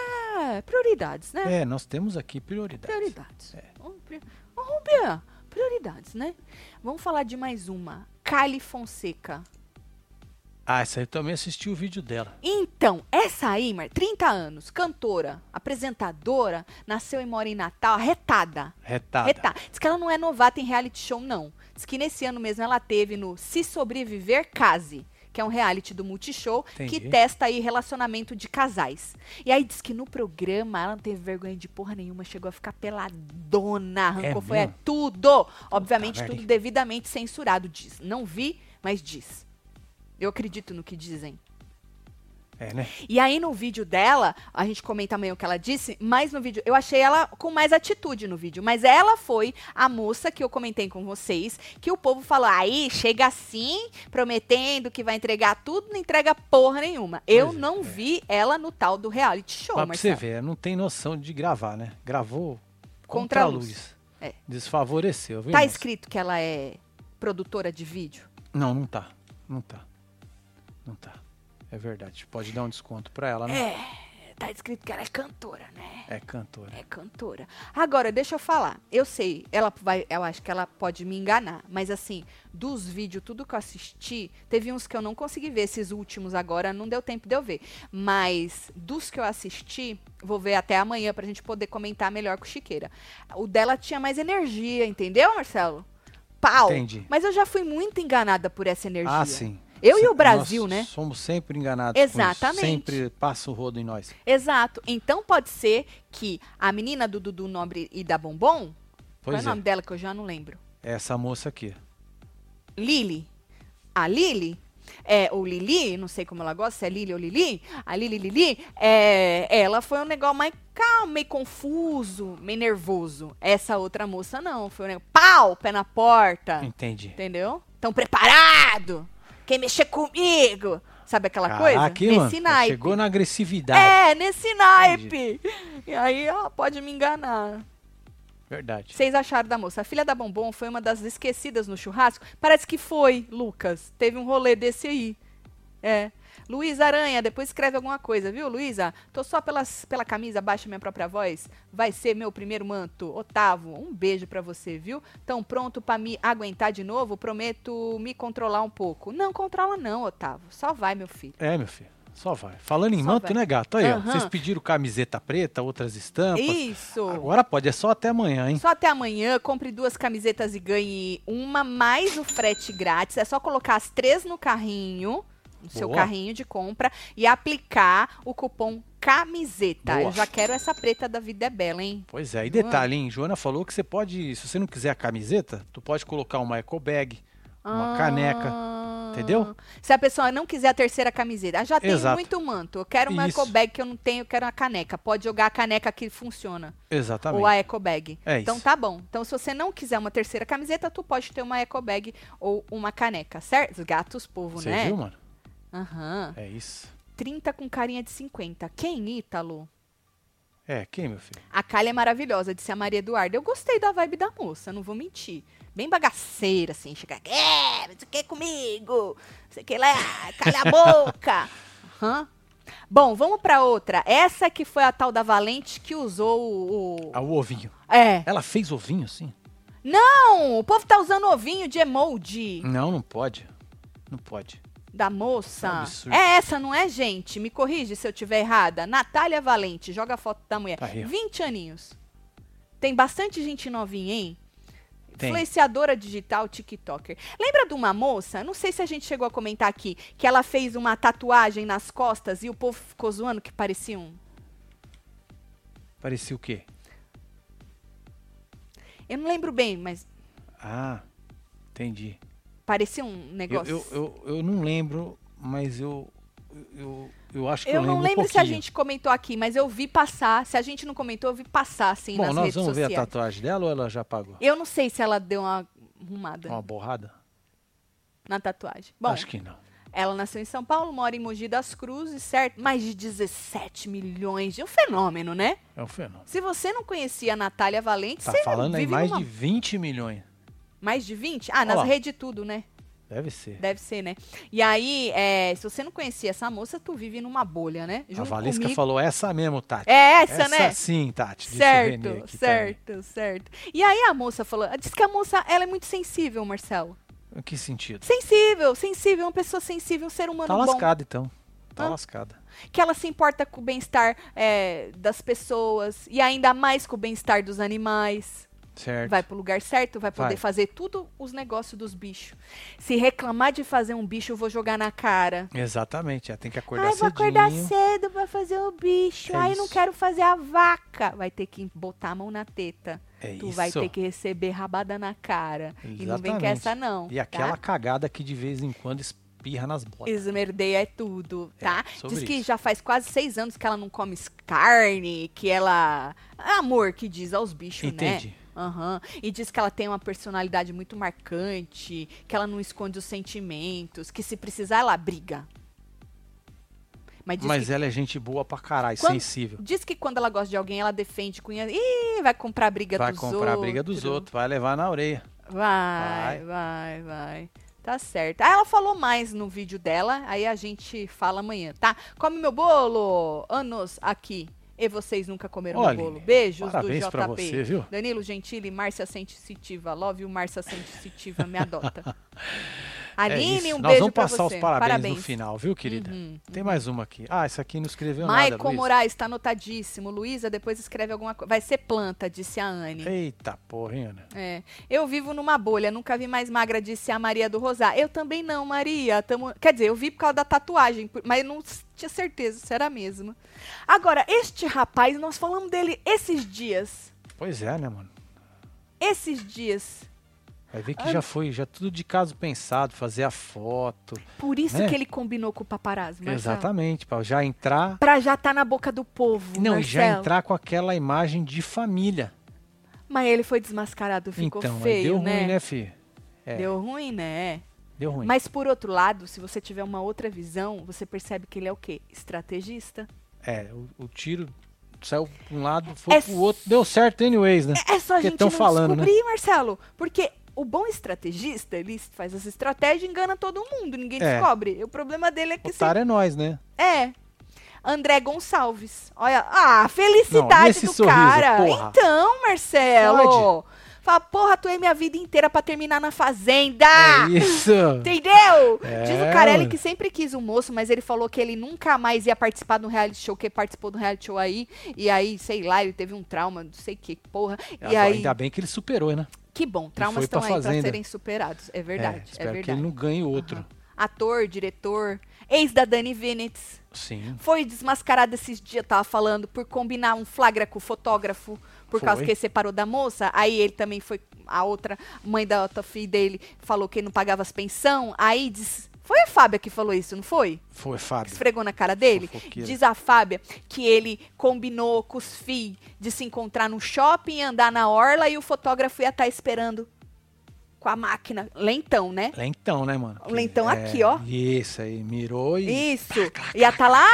A: É, prioridades, né?
B: É, nós temos aqui prioridades.
A: Prioridades. Vamos pri- Ô, Rubia, prioridades, né? Vamos falar de mais uma. Kylie Fonseca.
B: Ah, essa aí também assisti o vídeo dela.
A: Então, essa aí, Mar, 30 anos, cantora, apresentadora, nasceu e mora em Natal, retada.
B: Retada.
A: Retada. Diz que ela não é novata em reality show, não. Diz que nesse ano mesmo ela teve no Se Sobreviver, Case, que é um reality do Multishow,
B: Entendi.
A: que testa aí relacionamento de casais. E aí diz que no programa ela não teve vergonha de porra nenhuma, chegou a ficar peladona, arrancou, foi é
B: mesmo?
A: tudo. Obviamente,
B: merda,
A: tudo
B: hein?
A: devidamente censurado, diz. Não vi, mas diz. Eu acredito no que dizem.
B: É, né?
A: E aí no vídeo dela, a gente comenta amanhã o que ela disse, mas no vídeo eu achei ela com mais atitude no vídeo, mas ela foi a moça que eu comentei com vocês, que o povo falou: "Aí, chega assim, prometendo que vai entregar tudo, não entrega porra nenhuma". Eu
B: Pois é,
A: não vi ela no tal do reality show,
B: Mas pra você
A: Marcelo.
B: ver, não tem noção de gravar, né? Gravou contra,
A: Contra
B: a
A: a
B: luz.
A: É.
B: Desfavoreceu, viu?
A: Tá
B: moça?
A: escrito que ela é produtora de vídeo?
B: Não, não tá. Não tá. Não tá. É verdade. Pode dar um desconto pra ela, né?
A: É, tá escrito que ela é cantora, né?
B: É, cantora.
A: É cantora. Agora, deixa eu falar. Eu sei, ela vai, eu acho que ela pode me enganar, mas assim, dos vídeos, tudo que eu assisti, teve uns que eu não consegui ver, esses últimos agora, não deu tempo de eu ver. Mas dos que eu assisti, vou ver até amanhã pra gente poder comentar melhor com o Chiqueira. O dela tinha mais energia, entendeu, Marcelo? Pau.
B: Entendi.
A: Mas eu já fui muito enganada por essa energia.
B: Ah, sim.
A: Eu e
B: Se-
A: o Brasil,
B: nós
A: né?
B: Somos sempre enganados. com isso.
A: Exatamente.
B: Sempre passa o rodo em nós.
A: Exato. Então pode ser que a menina do Dudu Nobre e da Bombom, qual é
B: Pois
A: o
B: é.
A: nome dela que eu já não lembro?
B: Essa moça aqui.
A: Lili. A Lili, é, ou Lili, não sei como ela gosta, se é Lili ou Lili, a Lili Lili, é, ela foi um negócio mais calmo, meio confuso, meio nervoso. Essa outra moça não, foi um negócio, pau, pé na porta,
B: Entendi.
A: entendeu? Tão preparado, quem mexer comigo, sabe aquela coisa?
B: Caraca, hein,
A: Nesse
B: mano?
A: naipe.
B: Chegou na agressividade.
A: É, nesse naipe. E aí ela pode me enganar. É.
B: Verdade.
A: Vocês acharam da moça? A filha da Bombom foi uma das esquecidas no churrasco? Parece que foi, Lucas. Teve um rolê desse aí. É. Luiz Aranha, depois escreve alguma coisa, viu, Luísa? Tô só pelas, pela camisa, baixa minha própria voz. Vai ser meu primeiro manto. Otávio, um beijo pra você, viu? Tão pronto pra me aguentar de novo? Prometo me controlar um pouco. Não controla não, Otávio. Só vai, meu filho.
B: É, meu filho. Só vai. Falando em
A: Só
B: manto,
A: vai.
B: né, gato? Aí, ó.
A: Aham.
B: Vocês pediram camiseta preta, outras estampas.
A: Isso.
B: Agora pode, é só até amanhã, hein?
A: Só até amanhã, compre duas camisetas e ganhe uma, mais o frete grátis. É só colocar as três no carrinho, no seu
B: Boa.
A: carrinho de compra, e aplicar o cupom camiseta.
B: Boa.
A: Eu já quero essa preta da vida é bela, hein?
B: Pois é, e
A: Joana.
B: detalhe, hein? Joana falou que você pode, se você não quiser a camiseta, tu pode colocar uma eco bag, uma
A: Ah,
B: caneca. entendeu?
A: Se a pessoa não quiser a terceira camiseta, ah, já tem
B: Exato.
A: muito manto. Eu quero uma
B: Isso.
A: eco bag que eu não tenho, eu quero uma caneca. Pode jogar a caneca que funciona.
B: Exatamente.
A: Ou a eco bag.
B: É
A: então
B: isso.
A: tá bom. Então se você não quiser uma terceira camiseta, tu pode ter uma eco bag ou uma caneca, certo? Gatos povo,
B: Você
A: né?
B: viu, mano?
A: Aham.
B: É isso.
A: 30 com carinha de 50. Quem, Ítalo?
B: É, quem, meu filho?
A: A Kali é maravilhosa, disse a Maria Eduarda. Eu gostei da vibe da moça, não vou mentir. Bem bagaceira, assim, chegar. É, não sei o que comigo. Não sei o que lá, cala a boca. Aham. Bom, vamos pra outra. Essa que foi a tal da Valente que usou o. o-
B: Ah, o ovinho.
A: É.
B: Ela fez ovinho, sim?
A: Não, o povo tá usando ovinho de emoji
B: Não, não pode. Não pode.
A: da moça.
B: um Absurdo.
A: É essa, não é, gente? Me corrige se eu tiver errada. Natália Valente, joga a foto da mulher.
B: Tá aí, ó.
A: 20 aninhos. Tem bastante gente novinha, hein?
B: Tem.
A: Influenciadora digital, TikToker. Lembra de uma moça? Não sei se a gente chegou a comentar aqui, que ela fez uma tatuagem nas costas e o povo ficou zoando que parecia um.
B: Parecia o quê?
A: Eu não lembro bem, mas
B: Ah, entendi.
A: Parecia um negócio.
B: Eu, eu, eu, eu não lembro, mas eu, eu, eu acho que eu,
A: Eu não
B: um
A: lembro se a
B: pouquinho.
A: gente comentou aqui, mas eu vi passar. Se a gente não comentou, eu vi passar, assim,
B: Bom,
A: nas
B: nós
A: redes
B: vamos
A: sociais.
B: ver a tatuagem dela ou ela já pagou?
A: Eu não sei se ela deu uma arrumada
B: Uma borrada?
A: na tatuagem. Bom,
B: Acho que não.
A: ela nasceu em São Paulo, mora em Mogi das Cruzes, certo? Mais de 17 milhões de... É um fenômeno, né?
B: É um fenômeno.
A: Se você não conhecia a Natália Valente,
B: Tá
A: você
B: falando aí
A: vive
B: mais
A: numa-
B: de 20 milhões.
A: mais de 20? Ah,
B: Ó lá.
A: nas redes tudo, né?
B: Deve ser.
A: Deve ser, né? E aí, é, se você não conhecia essa moça, tu vive numa bolha, né?
B: a
A: Junto
B: Valesca
A: comigo-
B: falou essa mesmo, Tati.
A: É essa, né?
B: sim, Tati. disse o Renê
A: Certo,
B: aqui
A: certo, certo. E aí a moça falou, diz que a moça, ela é muito sensível, Marcelo.
B: também. Em que sentido?
A: Sensível, sensível, uma pessoa sensível, um ser humano
B: Tá
A: Tá bom,
B: lascada, então. Tá
A: Ah.
B: lascada.
A: que ela se importa com o bem-estar é, das pessoas e ainda mais com o bem-estar dos animais.
B: Certo.
A: Vai pro lugar certo, vai poder
B: Vai.
A: fazer tudo os negócios dos bichos. Se reclamar de fazer um bicho, eu vou jogar na cara.
B: Exatamente. Ela tem que acordar
A: Ai, vou
B: cedinho.
A: acordar cedo pra fazer o bicho.
B: É
A: Ai, eu não
B: isso.
A: quero fazer a vaca. Vai ter que botar a mão na teta.
B: É
A: tu
B: isso.
A: vai ter que receber rabada na cara. E não vem com
B: Exatamente.
A: essa, não.
B: E
A: tá?
B: aquela cagada que de vez em quando espirra nas botas.
A: Esmerdeia é tudo,
B: É,
A: tá?
B: sobre
A: Diz que
B: isso.
A: já faz quase seis anos que ela não come carne, que ela. é Amor que diz aos bichos, né?
B: Entendi.
A: Aham. E diz que ela tem uma personalidade muito marcante, que ela não esconde os sentimentos, que se precisar ela briga. Mas diz,
B: Mas
A: que,
B: ela é gente boa pra caralho,
A: Quando-
B: sensível.
A: diz que quando ela gosta de alguém, ela defende com. Ih, vai comprar a briga
B: Vai
A: dos
B: comprar
A: outros.
B: a briga dos outros, vai levar na orelha.
A: Vai, vai, vai. Tá certo. Ah, ela falou mais no vídeo dela, aí a gente fala amanhã, tá? Come meu bolo! Anos aqui. E vocês nunca comeram
B: Olha,
A: meu bolo. Beijos
B: Parabéns
A: do JP.
B: pra você, viu?
A: Danilo Gentili, Márcia Sensitiva. Love you, Márcia Sensitiva. Me adota. Aline,
B: é isso.
A: um
B: É Nós
A: beijo
B: vamos
A: pra
B: passar
A: você.
B: os parabéns, no final, viu, querida?
A: Uhum.
B: Tem mais uma aqui. Ah, essa aqui não escreveu nada,
A: Maicon
B: Luiz.
A: Moraes, tá anotadíssimo. Luísa, depois escreve alguma coisa. Vai ser planta, disse a
B: É
A: Anne.
B: Eita porra, hein, Ana?
A: É. Eu vivo numa bolha, nunca vi mais magra, disse a Maria do Rosar. Eu também não, Maria. Tamo... Quer dizer, eu vi por causa da tatuagem, por- mas eu não s- tinha certeza se era a mesma. Agora, este rapaz, nós falamos dele esses dias.
B: Pois é, né, mano?
A: Esses dias.
B: Vai ver que
A: Ana-
B: já foi, já tudo de caso pensado, fazer a foto.
A: Por isso
B: Né?
A: que ele combinou com o paparazzo, Marcelo.
B: Exatamente, pra já entrar.
A: Pra já tá na boca do povo,
B: Não, e já
A: Marcelo.
B: entrar com aquela imagem de família.
A: Mas ele foi desmascarado, ficou
B: então, aí
A: feio,
B: deu
A: né?
B: ruim, né, fi? É.
A: Deu ruim, né?
B: Deu ruim.
A: Mas por outro lado, se você tiver uma outra visão, você percebe que ele é o quê? Estrategista.
B: É, o, o tiro saiu pra um lado, foi
A: É
B: pro outro. Deu certo anyways, né?
A: É só a
B: Porque
A: gente
B: tão
A: não
B: falando, né?
A: descobrir, Marcelo. Porque o bom estrategista, ele faz essa estratégia e engana todo mundo. Ninguém
B: É.
A: descobre. O problema dele é que... Se...
B: Otário é nós, né?
A: É. André Gonçalves. Olha, ah, a felicidade
B: Não, esse
A: do
B: sorriso,
A: cara.
B: porra.
A: Então, Marcelo... Fala, porra, atuei minha vida inteira pra terminar na fazenda.
B: É isso.
A: Entendeu?
B: É,
A: Diz o Carelli
B: mano.
A: que sempre quis um moço, mas ele falou que ele nunca mais ia participar do reality show, que participou do reality show aí. E aí, sei lá, ele teve um trauma, não sei que porra. E
B: É, Agora,
A: aí,
B: Ainda bem que ele superou, né?
A: que bom, traumas
B: foi pra
A: estão aí pra
B: fazenda.
A: serem superados. É
B: É,
A: verdade, é,
B: espero que ele
A: verdade.
B: não ganhe outro.
A: Aham. Ator, diretor, ex da Dani Vinitz.
B: Sim.
A: Foi desmascarado esses dias, tava falando, por combinar um flagra com o fotógrafo, por causa
B: Foi.
A: que ele separou da moça. Aí ele também foi, a outra mãe da outra filha dele falou que ele não pagava as pensão. Aí diz, foi a Fábia que falou isso, não foi?
B: Foi, Fábio.
A: esfregou na cara dele.
B: Fofoqueira.
A: Diz a Fábia que ele combinou com os FI de se encontrar no shopping, andar na orla e o fotógrafo ia estar esperando com a máquina. Lentão, né?
B: Lentão, né, mano?
A: O lentão aqui, ó.
B: Isso aí, mirou e.
A: Isso. Ia estar lá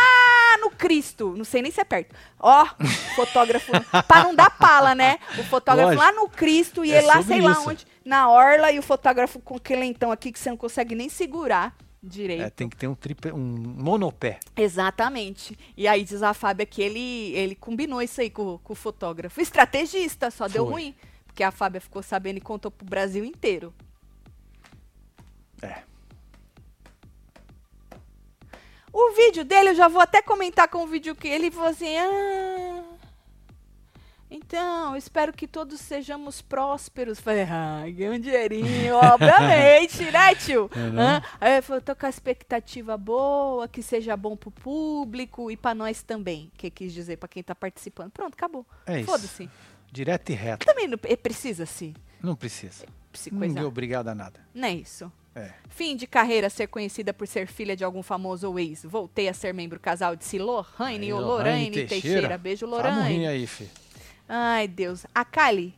A: no Cristo. Não sei nem se é perto. Ó, fotógrafo. pra não dar pala, né? O fotógrafo
B: Lógico.
A: lá no Cristo e
B: É
A: ele lá,
B: sobre
A: sei lá
B: isso.
A: onde, na orla e o fotógrafo com aquele lentão aqui que você não consegue nem segurar direito.
B: É, tem que ter um, triple, um monopé.
A: Exatamente. E aí diz a Fábia que ele, ele combinou isso aí com, com o fotógrafo. Estrategista, só deu
B: Foi.
A: ruim. Porque a Fábia ficou sabendo e contou pro Brasil inteiro.
B: É.
A: O vídeo dele, eu já vou até comentar com o vídeo que ele falou assim. "Ah, então, eu espero que todos sejamos prósperos. Falei, ah, ganhei um dinheirinho, obviamente, né, tio?
B: É,
A: Hã? Aí ele falou, tô com a expectativa boa, que seja bom pro público e pra nós também. Que quis dizer pra quem tá participando. Pronto, acabou.
B: É isso.
A: Foda-se.
B: Direto e reto.
A: Também não, eh, precisa-se
B: Não precisa.
A: se
B: Ninguém é
A: coisar.
B: obrigado a nada.
A: Não é isso.
B: É.
A: Fim de carreira ser conhecida por ser filha de algum famoso ou ex. Voltei a ser membro casal de Lohane
B: Aí,
A: ou
B: Lorraine
A: Lorraine Teixeira.
B: Teixeira.
A: Beijo,
B: Tá morrinho
A: Lorraine.
B: aí, fi.
A: Ai, Deus. A Kali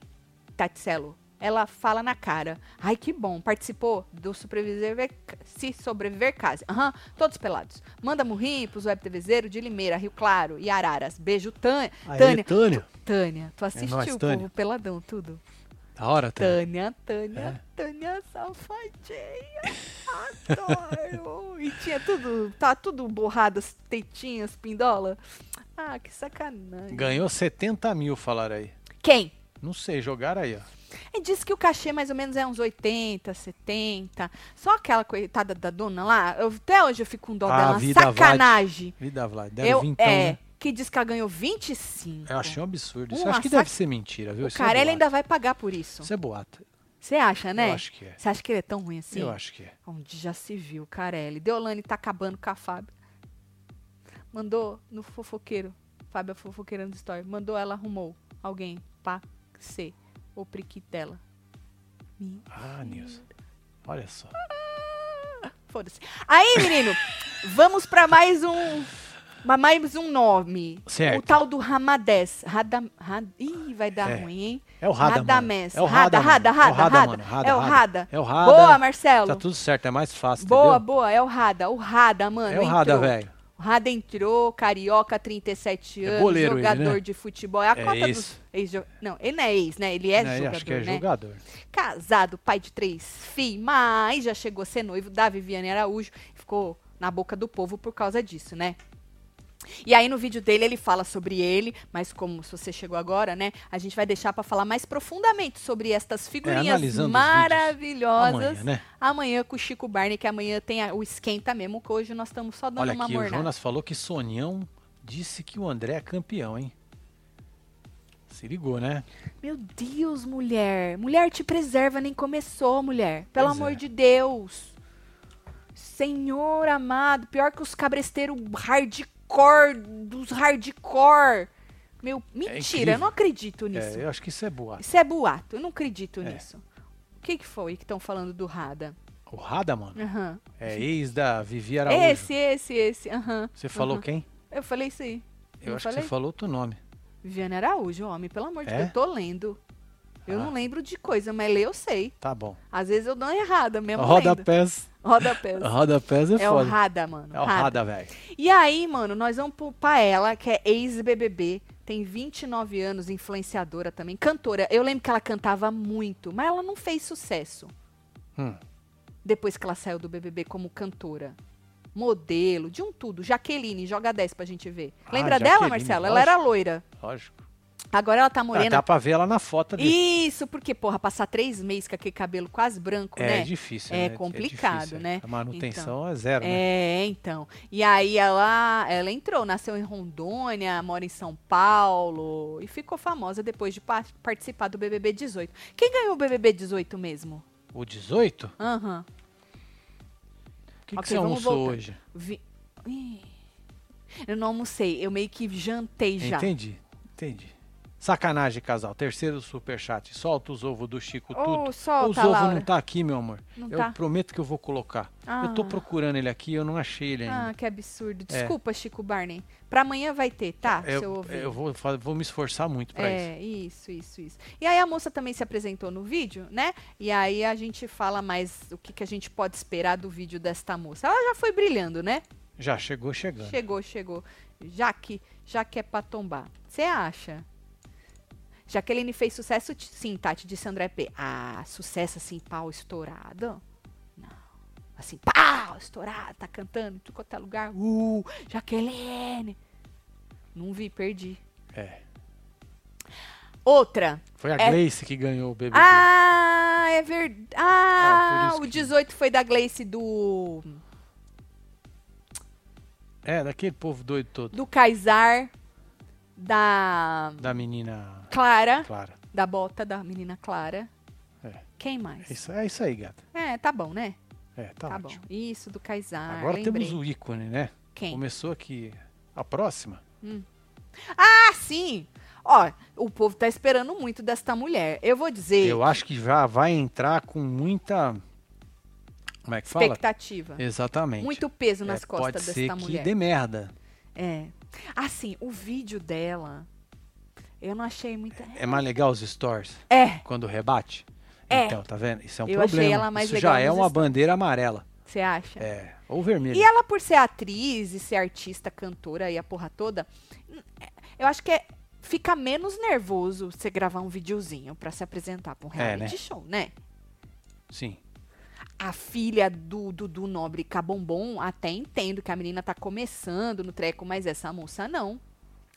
A: Tatcelo, ela fala na cara. Ai, que bom. Participou do Sobreviver Se Sobreviver Case. Aham, todos pelados. Manda morrer pros Web TVzeiro de Limeira, Rio Claro e Araras. Beijo, Tânia. Tânia.
B: Tânia.
A: Tânia, tu assistiu
B: É nóis,
A: o
B: Tânia. Tá.
A: povo peladão, tudo?
B: Da hora, Tânia.
A: Tânia,
B: É.
A: Tânia, Tânia safadinha. Adoro. e tinha tudo, tá tudo borrado, as tetinhas, pindola. Ah, que sacanagem.
B: Ganhou 70 mil, falaram aí.
A: Quem?
B: Não sei, jogaram aí, ó.
A: E diz que o cachê mais ou menos é uns 80, 70. Só aquela coitada da dona lá, eu- até hoje eu fico com dó
B: Ah,
A: dela.
B: vida
A: Sacanagem.
B: Vida, Vlad. Deram
A: Eu,
B: 20,
A: é,
B: né?
A: que diz que ela ganhou 25.
B: Eu achei um absurdo. Isso
A: Uma
B: acho que
A: sac-
B: deve ser mentira, viu?
A: O
B: Isso
A: Carelli
B: é boato.
A: ainda vai pagar por isso.
B: Isso é boato.
A: Você acha, né?
B: Eu acho que é.
A: Você acha que ele é tão ruim assim?
B: Eu acho que é.
A: Onde já se viu, Carelli. Deolane tá acabando com a Fábio. Mandou no fofoqueiro. Fábio é fofoqueira no story. Mandou ela, arrumou alguém pra ser o priquitela. Me
B: Ah, Nilson. Olha só.
A: Foda-se. Aí, menino, vamos pra mais um. ma- Mais um nome.
B: Certo.
A: O tal do Ramadés. Radam, Rad- Ih, vai dar
B: É.
A: ruim, hein?
B: É o Rada, mano.
A: Radamés.
B: É o
A: Rada, Rada,
B: Rada, mano. É o
A: Rada,
B: Rada,
A: Rada.
B: mano. Rada,
A: É o
B: Rada.
A: Rada.
B: É o Rada.
A: Boa, Marcelo.
B: Tá tudo certo, é mais fácil,
A: boa,
B: entendeu?
A: boa. É o Rada. O Rada, mano.
B: É o Rada,
A: entrou.
B: velho.
A: O Rada entrou, carioca, 37
B: É
A: anos,
B: boleiro ele,
A: jogador
B: né?
A: de futebol. É a
B: É
A: cota
B: ex.
A: dos ex -jo... Não, ele não é ex, né? Ele é
B: Né,
A: jogador,
B: acho que é
A: né?
B: jogador.
A: Casado, pai de três filhos, mas já chegou a ser noivo da Viviane Araújo. Ficou na boca do povo por causa disso, né? E aí no vídeo dele ele fala sobre ele, mas como se você chegou agora, né? A gente vai deixar pra falar mais profundamente sobre estas figurinhas
B: É, analisando os vídeos.
A: maravilhosas.
B: Amanhã, né?
A: Amanhã com o Chico Barney, que amanhã tem a- o esquenta mesmo, que hoje nós estamos só dando
B: Olha
A: uma
B: aqui, o
A: mornada.
B: Jonas falou que Sonião disse que o André é campeão, hein? Se ligou, né?
A: Meu Deus, mulher. Mulher te preserva, nem começou, mulher. Pelo
B: Pois
A: amor
B: é.
A: de Deus. Senhor amado, pior que os cabresteiros hardcore, dos hardcore. Meu, mentira,
B: É incrível.
A: eu não acredito nisso.
B: É, eu acho que isso é boa.
A: Isso é boato, eu não acredito
B: É.
A: nisso. O que, que foi que estão falando do Rada?
B: O Rada, mano,
A: Aham.
B: é ex da Vivi Araújo.
A: Esse, esse, esse. Aham.
B: Você falou
A: aham.
B: quem?
A: Eu falei isso aí.
B: Eu
A: Não
B: acho que
A: falei?
B: você falou outro nome.
A: Viviane Araújo, homem, pelo amor de
B: É?
A: Deus, eu tô lendo. Eu
B: Ah.
A: não lembro de coisa, mas ler eu sei.
B: Tá bom.
A: Às vezes eu dou uma errada mesmo.
B: Roda
A: lendo.
B: pés.
A: Roda pés.
B: Roda pés é,
A: É o
B: foda.
A: Rada, mano.
B: É o
A: Rada.
B: Rada, velho.
A: E aí, mano, nós vamos pro- pra ela, que é ex-BBB, tem 29 anos, influenciadora também, cantora. Eu lembro que ela cantava muito, mas ela não fez sucesso
B: Hum.
A: depois que ela saiu do BBB como cantora. Modelo, de um tudo. Jaqueline, joga 10 pra gente ver.
B: Ah,
A: Lembra dela,
B: Jaqueline,
A: Marcelo? Ela
B: lógico.
A: era loira.
B: Lógico.
A: Agora ela tá
B: Ah,
A: morena.
B: dá pra ver ela na foto dele.
A: Isso, porque, porra, passar três meses com aquele cabelo quase branco,
B: É,
A: né?
B: difícil,
A: É
B: né?
A: complicado,
B: difícil, é.
A: né?
B: A manutenção é zero, né?
A: É, então. E aí ela, ela entrou, nasceu em Rondônia, mora em São Paulo e ficou famosa depois de pa- participar do BBB 18. Quem ganhou o BBB 18 mesmo?
B: O 18?
A: Aham.
B: O que,
A: Ok,
B: que você
A: vamos
B: almoçou
A: voltar.
B: hoje?
A: Vi- Ih, Eu não almocei, eu meio que jantei já.
B: Entendi, entendi. Sacanagem, casal. Terceiro superchat. Solta os ovos do Chico
A: Ô,
B: tudo. os
A: solta,
B: ovos
A: Laura.
B: não tá aqui, meu amor.
A: Não
B: eu
A: tá?
B: prometo que eu vou colocar.
A: Ah.
B: Eu tô procurando ele aqui, eu não achei ele ainda.
A: Ah, que absurdo.
B: É.
A: Desculpa, Chico Barney. Pra amanhã vai ter, tá?
B: eu
A: Se eu ouvir.
B: É, eu vou, fa- vou me esforçar muito pra isso.
A: É, isso, isso, isso. E aí a moça também se apresentou no vídeo, né? E aí a gente fala mais o que, que a gente pode esperar do vídeo desta moça. Ela já foi brilhando, né?
B: Já chegou chegando.
A: Chegou, chegou. Já que, já que é pra tombar. Você acha? Jaqueline fez sucesso, t- sim, Tati, disse André P. Ah, sucesso assim, pau estourado? Não. Assim, pau estourado, tá cantando em tudo quanto é lugar. Uh, Jaqueline. Não vi, perdi.
B: É.
A: Outra.
B: Foi a
A: É.
B: Gleice que ganhou o BBB.
A: Ah, é verdade. Ah,
B: Ah, por isso
A: o
B: que-
A: 18 foi da Gleice do
B: É, daquele povo doido todo.
A: do Kaysar, da
B: Da menina
A: Clara,
B: Clara.
A: da bota da menina Clara.
B: É.
A: Quem
B: É
A: mais?
B: isso, é isso aí, gata.
A: É, tá bom, né?
B: É, tá,
A: Tá, bom.
B: ótimo.
A: Isso do Kaysar.
B: Agora
A: lembrei.
B: temos o ícone, né?
A: quem?
B: Começou aqui. A próxima?
A: Ah, sim. Ó, o povo tá esperando muito desta mulher. Eu vou dizer.
B: Eu acho que já vai entrar com muita Como é que fala?
A: Expectativa.
B: Exatamente.
A: Muito peso nas
B: É,
A: costas
B: pode
A: dessa
B: ser
A: mulher.
B: que dê merda.
A: É. Assim, o vídeo dela, eu não achei muito.
B: É mais legal os stories
A: É,
B: quando rebate?
A: É.
B: Então, tá vendo? Isso é um
A: Eu achei
B: problema.
A: ela mais
B: Isso
A: legal
B: já é
A: nos
B: uma
A: stories.
B: bandeira amarela.
A: você acha?
B: É. Ou vermelha.
A: E ela, por ser atriz e ser artista, cantora e a porra toda, eu acho que é- fica menos nervoso você gravar um videozinho pra se apresentar pra um reality
B: né?
A: show, né?
B: Sim.
A: A filha do Dudu Nobre Cabombom, até entendo que a menina tá começando no treco, mas essa moça não.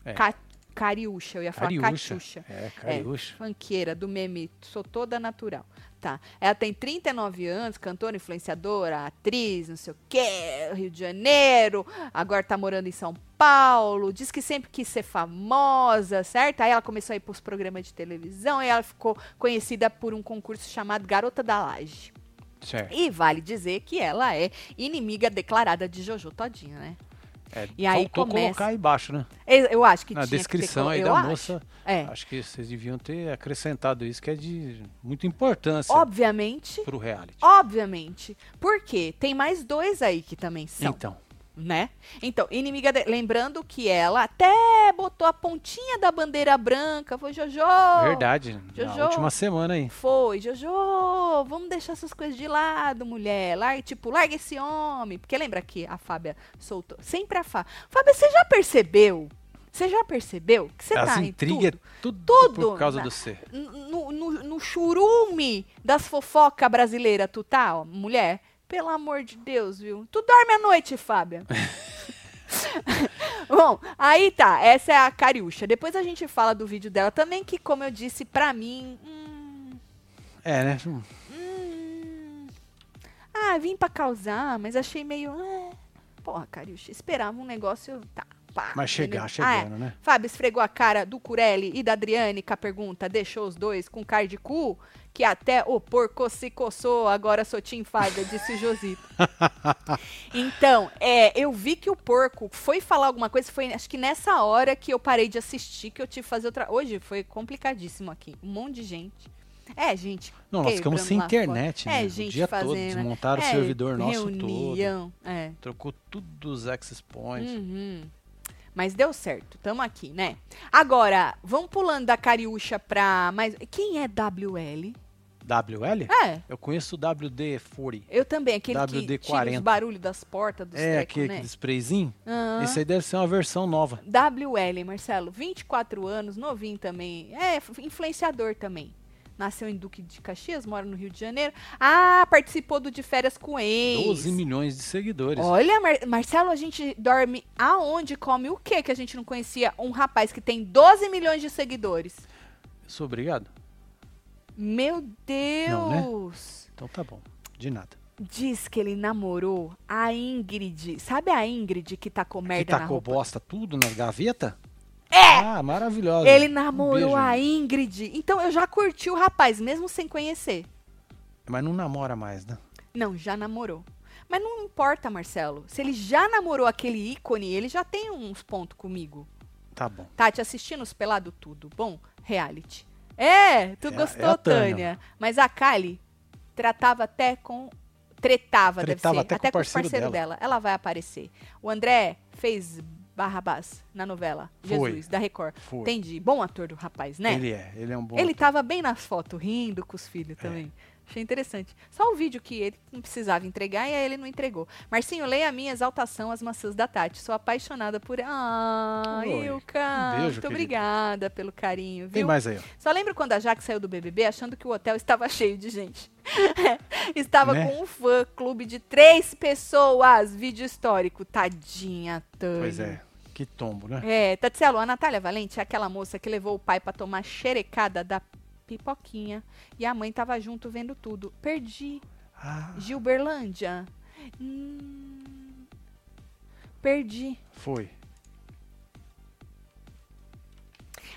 B: É.
A: Ca- Cariúcha, eu ia falar
B: Cariúcha.
A: Catiúcha.
B: É, cariúcha.
A: Fanqueira do meme, sou toda natural. Tá. Ela tem 39 anos, cantora, influenciadora, atriz, não sei o quê, Rio de Janeiro, agora tá morando em São Paulo, diz que sempre quis ser famosa, certo? Aí ela começou a ir pros programas de televisão e ela ficou conhecida por um concurso chamado Garota da Laje.
B: Certo.
A: E vale dizer que ela é inimiga declarada de Jojo Todinho, né?
B: É,
A: E aí
B: faltou
A: começa-
B: colocar aí embaixo, né?
A: Eu eu acho que
B: Na
A: tinha que ter
B: descrição
A: colo-
B: aí
A: eu
B: da
A: acho.
B: moça.
A: É.
B: Acho que vocês deviam ter acrescentado isso, que é de muita importância
A: Obviamente,
B: pro reality.
A: Obviamente. Porque tem mais dois aí que também são,
B: Então,
A: né? Então, inimiga. de- Lembrando que ela até botou a pontinha da bandeira branca. Foi, Jojo!
B: verdade.
A: Jojo.
B: Na última semana aí.
A: Foi, Jojo, vamos deixar essas coisas de lado, mulher. Larga, tipo, larga esse homem. Porque lembra que a Fábia soltou. Sempre a Fábia. Fábia, você já percebeu? Você já percebeu que você
B: As
A: tá em
B: intrigas,
A: tudo?
B: tudo,
A: Tudo
B: por causa
A: na-
B: do C.
A: no, no, no churume das fofocas brasileiras, tu tá, ó, mulher? Pelo amor de Deus, viu? Tu dorme à noite, Fábia. Bom, aí tá, essa é a Cariúcha. Depois a gente fala do vídeo dela também, que como eu disse, pra mim... hum,
B: É, né?
A: hum, ah, vim pra causar, mas achei meio... ah, porra, Cariúcha, esperava um negócio... Tá, pá,
B: Mas chegar,
A: entendeu? Ah, é.
B: chegando, né?
A: Fábio esfregou a cara do Curelli e da Adriane com a pergunta, deixou os dois com cara de cu, que até o porco se coçou, agora sou Tim Fábio, disse o Josito. então, é, eu vi que o porco foi falar alguma coisa, foi acho que nessa hora que eu parei de assistir, que eu tive que fazer outra... Hoje foi complicadíssimo aqui, um monte de gente. É, gente.
B: Não, nós ficamos
A: quebrando
B: sem
A: lá fora.
B: internet, né?
A: É,
B: o
A: gente
B: dia todo,
A: fazendo,
B: desmontaram
A: é,
B: o servidor nosso todo.
A: reunião, É.
B: Trocou tudo dos access points.
A: Uhum. Mas deu certo, tamo aqui, né? Agora, vamos pulando da Cariúcha pra mais. Quem é WL?
B: WL?
A: É,
B: Eu conheço o WD-40.
A: eu também, aquele que tira os
B: WD-40.
A: barulhos das portas dos
B: É,
A: trecos,
B: aquele
A: né?
B: aquele sprayzinho.
A: Aham.
B: Esse aí deve ser uma versão nova.
A: WL, Marcelo, 24 anos, novinho também. É, f- influenciador também. Nasceu em Duque de Caxias, mora no Rio de Janeiro. Ah, participou do De Férias com Ex.
B: 12 milhões de seguidores.
A: Olha, Mar- Marcelo, a gente dorme aonde, come o que que a gente não conhecia? Um rapaz que tem 12 milhões de seguidores.
B: Sou obrigado?
A: Meu
B: Não, né?
A: Deus!
B: Então tá bom. De nada.
A: Diz que ele namorou a Ingrid. Sabe a Ingrid que tacou merda
B: que tá
A: na
B: tacou
A: roupa?
B: bosta tudo nas gavetas? É! Ah, maravilhosa.
A: Ele
B: Um
A: namorou
B: beijo.
A: a Ingrid. Então eu já curti o rapaz, mesmo sem conhecer.
B: Mas não namora mais, né?
A: Não, já namorou. Mas não importa, Marcelo. Se ele já namorou aquele ícone, ele já tem uns pontos comigo.
B: Tá bom.
A: Tá te assistindo os pelado tudo. Bom, reality. É, tu
B: É a-
A: gostou,
B: é a
A: Tânia.
B: Tânia.
A: Mas a Kali tratava até com. Tretava,
B: Tretava
A: deve ser.
B: até com o
A: os
B: parceiro
A: parceiros dela. Ela vai aparecer. O André fez Barrabás na novela
B: Foi.
A: Jesus, da Record.
B: Foi.
A: Entendi. Bom ator do rapaz, né?
B: Ele é. Ele é um bom.
A: Ele tava bem nas fotos, rindo com os
B: É.
A: filhos também. Achei interessante. Só o vídeo que ele não precisava entregar e aí ele não entregou. Marcinho, leia a minha exaltação às maçãs da Tati. Sou apaixonada por. Ah,
B: Oi, Um
A: eu canto.
B: querida.
A: obrigada pelo carinho,
B: Tem
A: viu?
B: mais aí, ó.
A: Só lembro quando a Jaque saiu do BBB achando que o hotel estava cheio de gente. estava
B: Né?
A: com um fã clube de três pessoas. Vídeo histórico. Tadinha, Tânia.
B: Pois é. Que tombo, né?
A: É, Tatselo, a Natália Valente é aquela moça que levou o pai pra tomar xerecada da pipoquinha e a mãe tava junto vendo tudo. Perdi.
B: Ah,
A: Gilberlândia. Hum, perdi.
B: foi.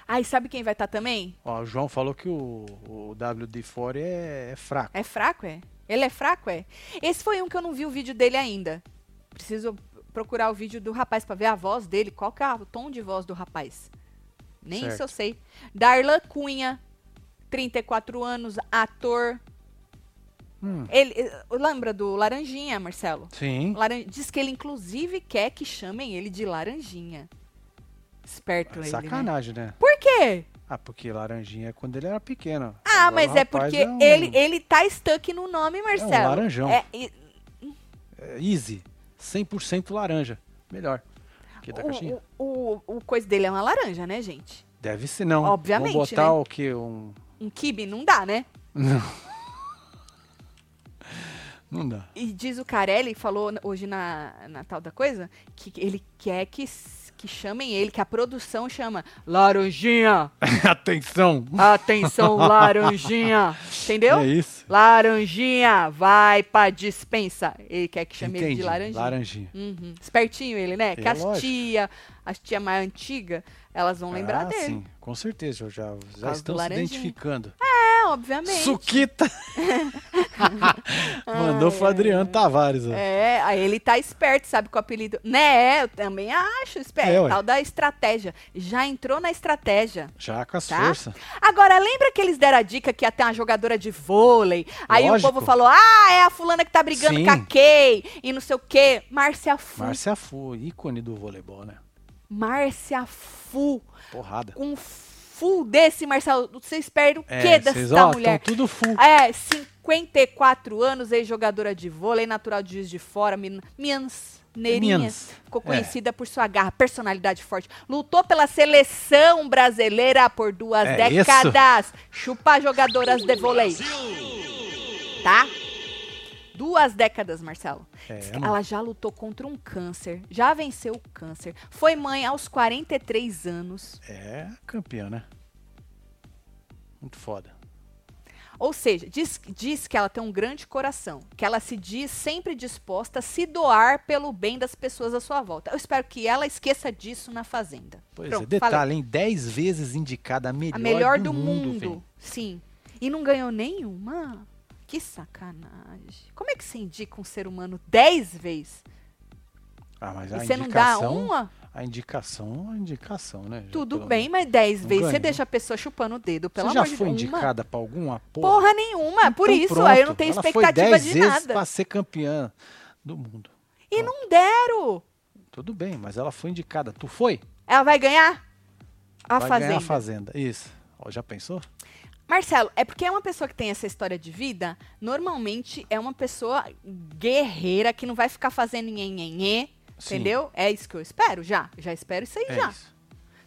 A: Ai, sabe quem vai estar também?
B: Ó, o João falou que o, o WD-40 é, é fraco.
A: É fraco, é? Ele é fraco, é? Esse foi um que eu não vi o vídeo dele ainda. Preciso procurar o vídeo do rapaz pra ver a voz dele, qual que é o tom de voz do rapaz. Nem isso eu sei. Darlan Cunha, 34 anos, ator.
B: Hum.
A: Ele, eh, lembra do Laranjinha, Marcelo?
B: Sim.
A: Laran- Diz que ele, inclusive, quer que chamem ele de Laranjinha. Esperto ele, né?
B: Sacanagem, né?
A: Por quê?
B: Ah, porque laranjinha é quando ele era pequeno.
A: Ah,
B: Agora
A: mas
B: o
A: é
B: rapaz
A: porque
B: um-
A: ele, ele tá stuck no nome,
B: É um
A: Marcelo.
B: laranjão.
A: É, e-
B: É easy. 100% laranja. Melhor. Que da Tá caixinha.
A: o, o, o, o coisa dele é uma laranja, né, gente?
B: Deve ser, não.
A: Obviamente,
B: Vamos botar
A: né?
B: o quê? Um...
A: Um kibe não dá, né?
B: Não dá.
A: E diz o Carelli, falou n- hoje na, na tal da coisa, que ele quer que, s- que chamem ele, que a produção chama Laranjinha,
B: Atenção!
A: atenção Laranjinha, entendeu?
B: É isso.
A: Laranjinha, vai pra dispensa. Ele quer que chame ele
B: Entendi.
A: de Laranjinha.
B: Laranjinha.
A: Uhum. Espertinho ele, né? que
B: É,
A: as
B: lógico.
A: tia, as tia mais antiga, elas vão lembrar
B: Ah,
A: dele.
B: Sim, com certeza. eu Já, já
A: causa
B: estão
A: do
B: se
A: laranjinha.
B: identificando.
A: É, obviamente.
B: Suquita! Mandou pro Adriano Tavares. ó.
A: É, aí ele tá esperto, sabe, com o apelido. Né, eu também acho esperto.
B: É, ué.
A: tal da estratégia. Já entrou na estratégia.
B: Já com as
A: Tá?
B: forças.
A: Agora, lembra que eles deram a dica que ia ter uma jogadora de vôlei? Aí
B: Lógico.
A: o povo falou: ah, é a fulana que tá brigando
B: Sim.
A: com a Kay e não sei o quê. Márcia Fu.
B: Márcia Fu, ícone do voleibol, né?
A: Márcia Fu.
B: Porrada.
A: Um Fu desse, Marcelo. Vocês perdem o
B: É,
A: quê
B: vocês,
A: dessa
B: ó,
A: mulher?
B: estão tudo full.
A: É, 54 anos, ex-jogadora de vôlei, natural de Juiz de Fora, min- mineirinha.
B: Minas.
A: Ficou
B: É.
A: conhecida por sua garra, personalidade forte. Lutou pela seleção brasileira por duas
B: É
A: décadas. Chupa jogadoras de vôlei. Tá? Duas décadas, Marcelo.
B: É,
A: Diz que
B: mano.
A: ela já lutou contra um câncer, já venceu o câncer. Foi mãe aos 43 anos.
B: É campeã, né? Muito foda.
A: Ou seja, diz, diz que ela tem um grande coração, que ela se diz sempre disposta a se doar pelo bem das pessoas à sua volta. Eu espero que ela esqueça disso na Fazenda.
B: Pois é,
A: Pronto,
B: detalhe,
A: falei.
B: hein? 10 vezes indicada a melhor,
A: a melhor do, mundo.
B: velho.
A: Sim. E não ganhou nenhuma? Que sacanagem. Como é que você indica um ser humano 10 vezes?
B: Ah, mas
A: e
B: a
A: você não dá
B: indicação,
A: uma?
B: A indicação, é a indicação, né? Já
A: Tudo
B: pelo
A: bem, mas
B: menos.
A: 10
B: Não
A: vezes você
B: ganhou.
A: deixa a pessoa chupando o dedo, pelo
B: Você já
A: amor de
B: foi
A: Deus. Uma?
B: indicada pra alguma porra?
A: Porra nenhuma, por
B: Então
A: isso,
B: pronto,
A: aí eu não tenho
B: ela foi
A: expectativa
B: 10
A: de
B: vezes
A: nada.
B: pra ser campeã do mundo.
A: E não deram.
B: Tudo bem, mas ela foi indicada. Tu foi?
A: Ela vai ganhar a
B: Vai
A: fazenda.
B: ganhar a fazenda. Isso. Ó, já pensou?
A: Marcelo, é porque é uma pessoa que tem essa história de vida, normalmente é uma pessoa guerreira que não vai ficar fazendo nhenhenhê,
B: Sim.
A: entendeu? É isso que eu espero, já. Já espero isso aí,
B: É
A: já.
B: isso.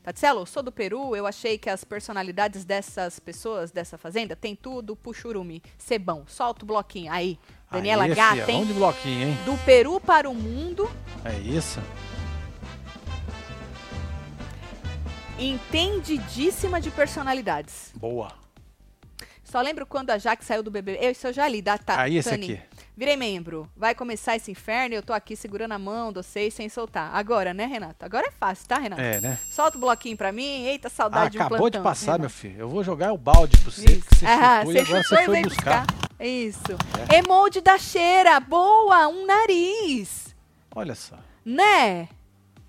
A: Tatielo, eu sou do Peru, eu achei que as personalidades dessas pessoas, dessa fazenda, tem tudo, puxurume, cebão, solta o bloquinho. Aí, Daniela
B: Aí,
A: Gata,
B: fia,
A: hein?
B: Vamos de bloquinho, hein?
A: Do Peru para o mundo,
B: É isso.
A: entendidíssima de personalidades.
B: Boa.
A: Só lembro quando a Jaque saiu do BBB. Eu, isso eu já li, tá, da Ta-
B: Aí, esse
A: Tani.
B: aqui.
A: Virei membro. Vai começar esse inferno e eu tô aqui segurando a mão de vocês sem soltar. Agora, né, Renato? Agora é fácil, tá, Renato?
B: É, né?
A: Solta o bloquinho pra mim. Eita,
B: Ah,
A: saudade
B: acabou
A: de um plantão.
B: de passar, meu
A: Renato.
B: filho. Eu vou jogar o balde pro você, que você
A: Ah,
B: chutou e
A: você
B: agora
A: chutou
B: você
A: e
B: foi
A: veio
B: buscar. É.
A: Isso. Emoji da cheira. Boa, um nariz.
B: Olha só.
A: Né?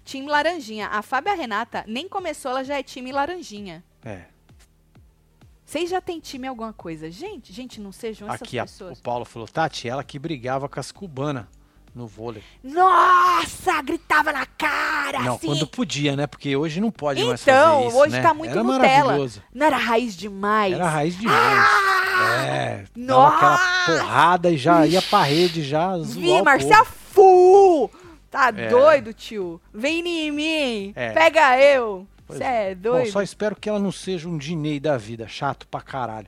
A: Time Laranjinha. A Fábia Renata nem começou, ela já é time Laranjinha.
B: É.
A: Vocês já têm time alguma coisa? Gente, gente, não sejam essas
B: Aqui a-
A: pessoas.
B: o Paulo falou, Tati, ela que brigava com as cubanas no vôlei.
A: Nossa, gritava na cara,
B: não,
A: assim.
B: quando podia, né? Porque hoje não pode mais
A: Então,
B: fazer isso,
A: hoje
B: né?
A: tá muito
B: Era
A: Nutella.
B: maravilhoso.
A: Não era raiz demais.
B: Era a raiz demais.
A: Ah!
B: é. Dava
A: Nossa!
B: aquela porrada e já ia pra rede, já zoar
A: Vi,
B: o
A: Marcia Fu! Tá
B: É.
A: doido, tio? Vem em mim!
B: É.
A: Pega eu!
B: Pois
A: Você é
B: povo. Bom,
A: doido?
B: só espero que ela não seja um Dinei da vida, chato pra caralho,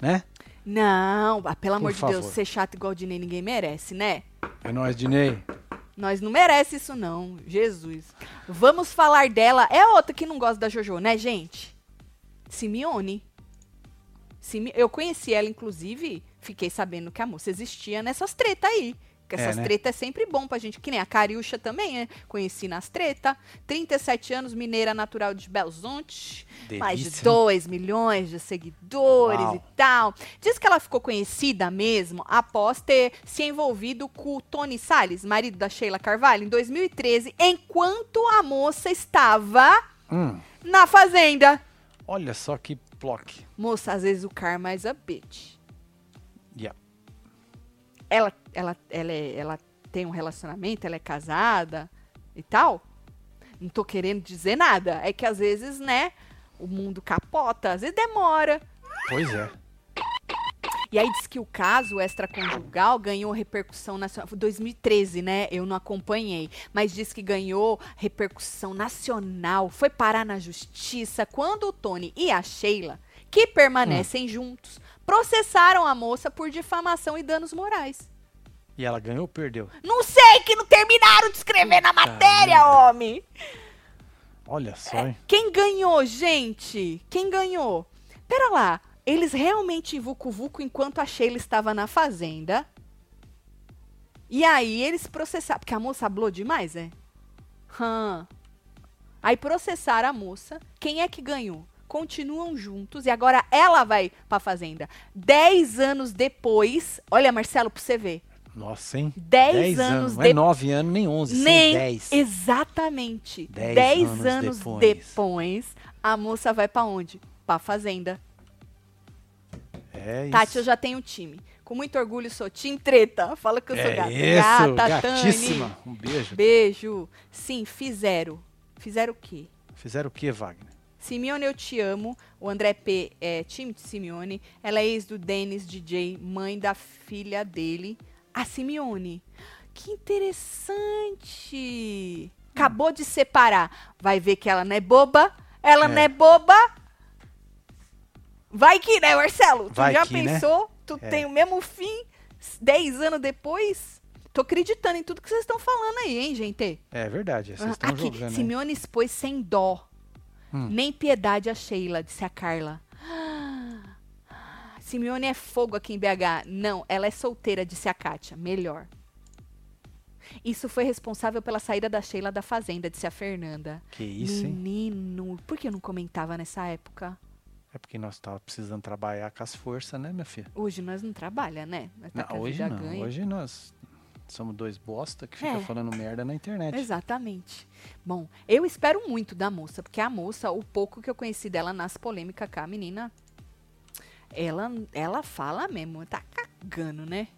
B: né?
A: Não, ah, pelo amor
B: Por
A: de Deus,
B: favor.
A: ser chato igual o Dinei ninguém merece, né?
B: É nóis, Dinei.
A: Nós não merece isso, não. Jesus. Vamos falar dela. É outra que não gosta da Jojo, né, gente? Simeone. Simi- Eu conheci ela, inclusive, fiquei sabendo que a moça existia nessas tretas aí. Que
B: É,
A: essas
B: né?
A: tretas é sempre bom pra gente, que nem a Cariúcha também, né? Conheci nas tretas. 37 anos, mineira natural de Belzonte. Mais de
B: Delícia.
A: 2 milhões de seguidores
B: Uau.
A: e tal. Diz que ela ficou conhecida mesmo após ter se envolvido com o Tony Salles, marido da Sheila Carvalho, em 2013, enquanto a moça estava
B: Hum,
A: na fazenda.
B: olha só que block.
A: Moça, às vezes o karma is a bitch.
B: Yeah.
A: ela, ela, ela, é- ela tem um relacionamento, ela é casada e tal. Não tô querendo dizer nada. É que às vezes, né, o mundo capota, às vezes demora.
B: Pois é.
A: E aí diz que o caso extraconjugal ganhou repercussão nacional. Foi 2013, né? Eu não acompanhei. Mas diz que ganhou repercussão nacional. Foi parar na justiça quando o Tony e a Sheila, que permanecem juntos, processaram a moça por difamação e danos morais.
B: E ela ganhou ou perdeu?
A: Não sei que não terminaram de escrever na matéria, homem!
B: Olha só, hein?
A: Quem ganhou, gente? Quem ganhou? Pera lá, eles realmente em Vucu Vucu enquanto a Sheila estava na fazenda. E aí eles processaram. Porque a moça hablou demais, é? Hã. Aí processaram a moça. Quem é que ganhou? Continuam juntos e agora ela vai pra fazenda. Dez anos depois. Olha, Marcelo, pra você ver.
B: Nossa, hein?
A: Dez,
B: Dez
A: anos
B: Não é
A: depois.
B: nove anos, nem onze,
A: Nem-
B: são dez.
A: Exatamente.
B: Dez
A: Dez,
B: anos
A: anos,
B: depois.
A: depois. a moça vai pra onde? Pra fazenda.
B: É isso.
A: Tati, eu já tenho time. Com muito orgulho, sou time treta. Fala que eu sou gata.
B: é isso,
A: Gata,
B: gatíssima.
A: Tani.
B: Um beijo.
A: Beijo. Sim, fizeram. Fizeram o quê?
B: Fizeram o que, Wagner?
A: Simeone, eu te amo. O André P. é time de Simeone. Ela é ex do Denis DJ, mãe da filha dele, a Simeone. Que interessante! Acabou de separar. Vai ver que ela não é boba. Ela
B: É.
A: não é boba. Vai que, né, Marcelo? Tu
B: Vai
A: já
B: que, né?
A: pensou? Tu
B: É.
A: tem o mesmo fim dez anos depois? Tô acreditando em tudo que vocês estão falando aí, hein, gente?
B: É verdade, vocês estão
A: Ah, Aqui,
B: jogando. hein?
A: Simeone expôs sem dó.
B: Hum.
A: Nem piedade a Sheila, disse a Carla. Simeone é fogo aqui em BH. Não, ela é solteira, disse a Kátia. Melhor. Isso foi responsável pela saída da Sheila da fazenda, disse a Fernanda.
B: Que isso,
A: Hum.
B: hein?
A: Menino, por que eu não comentava nessa época?
B: É porque nós tava precisando trabalhar com as forças, né, minha filha?
A: Hoje nós não trabalha, né? Nós tá com a
B: Não, hoje
A: vida
B: não.
A: ganha.
B: Hoje nós somos dois bosta que fica
A: É.
B: falando merda na internet.
A: Exatamente. Bom, eu espero muito da moça, porque a moça, o pouco que eu conheci dela nas polêmicas cá, a menina, ela, ela fala mesmo, tá cagando, né?